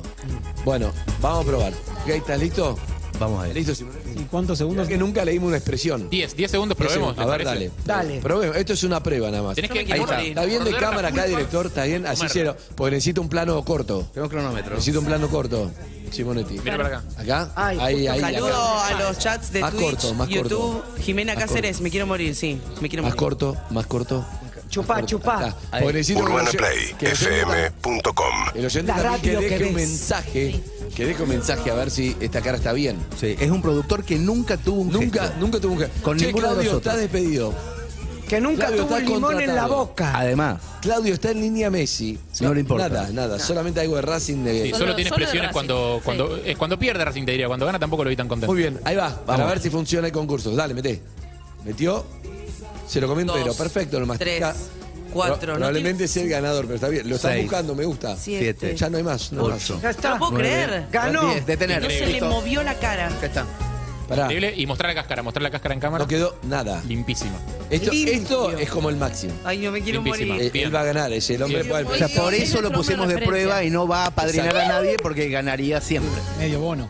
S4: Bueno, vamos a probar. Ok, ¿Estás listo?
S10: Vamos a ver.
S4: ¿Listo? ¿Y cuántos segundos? que nunca leímos una expresión.
S5: 10, 10 segundos
S4: Diez
S5: probemos.
S4: segundos. A
S5: ¿les
S4: ver,
S5: parece?
S4: dale. Probemos. Esto es una prueba nada más.
S5: Tenés que-
S4: Ahí está.
S5: Morder.
S4: Está bien de
S5: Morder la
S4: cámara acá,
S5: pulpa.
S4: director. Está bien. Así
S5: Comer.
S4: cero. Porque necesito un plano corto.
S10: Tengo cronómetro.
S4: Necesito un plano corto. Simonetti.
S5: Mira para acá.
S4: ¿Acá?
S6: Ay,
S4: ahí, ahí.
S6: Saludo
S4: acá.
S6: a los chats de
S4: Más
S6: Twitch,
S4: corto, más corto.
S6: YouTube. Jimena
S4: Más
S6: Cáceres,
S4: corto.
S6: me quiero morir, sí. Me quiero
S4: Más
S6: morir.
S4: corto, más corto.
S6: Chupá, chupá.
S4: Porque necesito que el oy- que el oyente-
S21: UrbanaPlayFM.com
S4: El oyente
S21: La
S4: también que
S21: radio
S4: deje
S21: que
S4: un
S21: ves.
S4: mensaje. Que deje un mensaje a ver si esta cara está bien.
S10: Sí, es un productor que nunca tuvo un
S4: Nunca,
S10: gesto.
S4: nunca tuvo un gesto.
S10: Con
S4: Che,
S10: ninguno de
S4: Claudio,
S10: nosotros.
S4: está despedido.
S11: Que nunca
S4: Claudio
S11: tuvo
S4: está
S11: un limón en la
S4: contratado.
S11: boca.
S10: Además.
S4: Claudio está en línea Messi.
S10: No le importa.
S4: Nada, nada. Solamente algo de Racing de.
S5: Sí, solo, tiene expresiones cuando, cuando, eh, cuando pierde Racing, te diría. Cuando gana tampoco lo vi tan contento.
S4: Muy bien, ahí va. Para ver si funciona el concurso. Dale, meté. Metió. Se lo comió
S6: Dos,
S4: entero. Perfecto, lo mastica.
S6: tres, cuatro,
S4: Pro-
S6: ¿no
S4: Probablemente sea el ganador, pero está bien. Lo están
S10: Seis,
S4: buscando, me gusta.
S10: siete,
S4: Ya no hay más. No hay más.
S10: ocho.
S6: Ya está. No puedo
S4: Nueve,
S6: creer.
S10: Ganó. diez, detener.
S6: No se le
S10: Listo.
S6: movió la cara.
S10: está.
S4: Pará.
S5: Increíble. Y mostrar la cáscara, mostrar la cáscara en cámara.
S4: No quedó nada.
S5: Limpísima.
S4: Esto, esto es como el máximo.
S6: Ay, no me quiero
S5: Limpísima.
S6: morir.
S4: Eh,
S5: Bien.
S4: Él va a ganar, es el hombre
S5: Sí.
S4: puede-
S10: O sea, por eso lo pusimos de
S6: referencia.
S10: prueba y no va a apadrinar a
S4: Exacto.
S10: nadie porque ganaría siempre.
S22: Medio bono.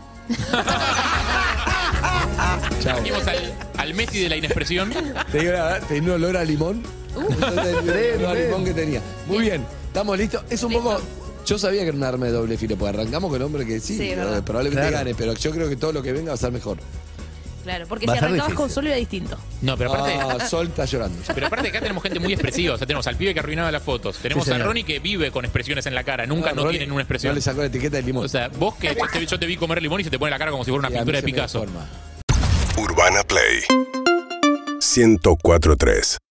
S4: Chao.
S5: Trajimos al, al Messi de la inexpresión.
S4: Te digo la verdad, tenía un olor a limón.
S6: Uh.
S4: Entonces, el olor a limón que tenía. Muy bien, estamos listos. Es un poco. Yo sabía que era un arma de doble filo, porque arrancamos con el hombre que sí,
S9: Sí, es
S4: pero
S9: verdad.
S4: probablemente
S10: Claro.
S4: gane, pero yo creo que todo lo que venga va a ser mejor.
S9: Claro, porque
S4: Va
S9: si
S4: a ser
S9: arrancabas
S4: difícil.
S9: con solo era distinto.
S5: No, pero aparte.
S4: Ah, Sol está llorando.
S5: Pero aparte acá tenemos gente muy expresiva, o sea, tenemos al pibe que arruinaba las fotos, tenemos
S4: Sí,
S5: a
S4: señor.
S5: Ronnie que vive con expresiones en la cara, nunca
S4: Ah,
S5: no,
S4: Ronnie,
S5: tienen una expresión.
S4: No le sacó la etiqueta de limón.
S5: O sea, vos que yo te, yo te vi comer limón y se te pone la cara como si fuera una
S4: Sí, a mí
S5: pintura de
S4: se me
S5: Picasso.
S4: deforma.
S21: Urbana Play 1043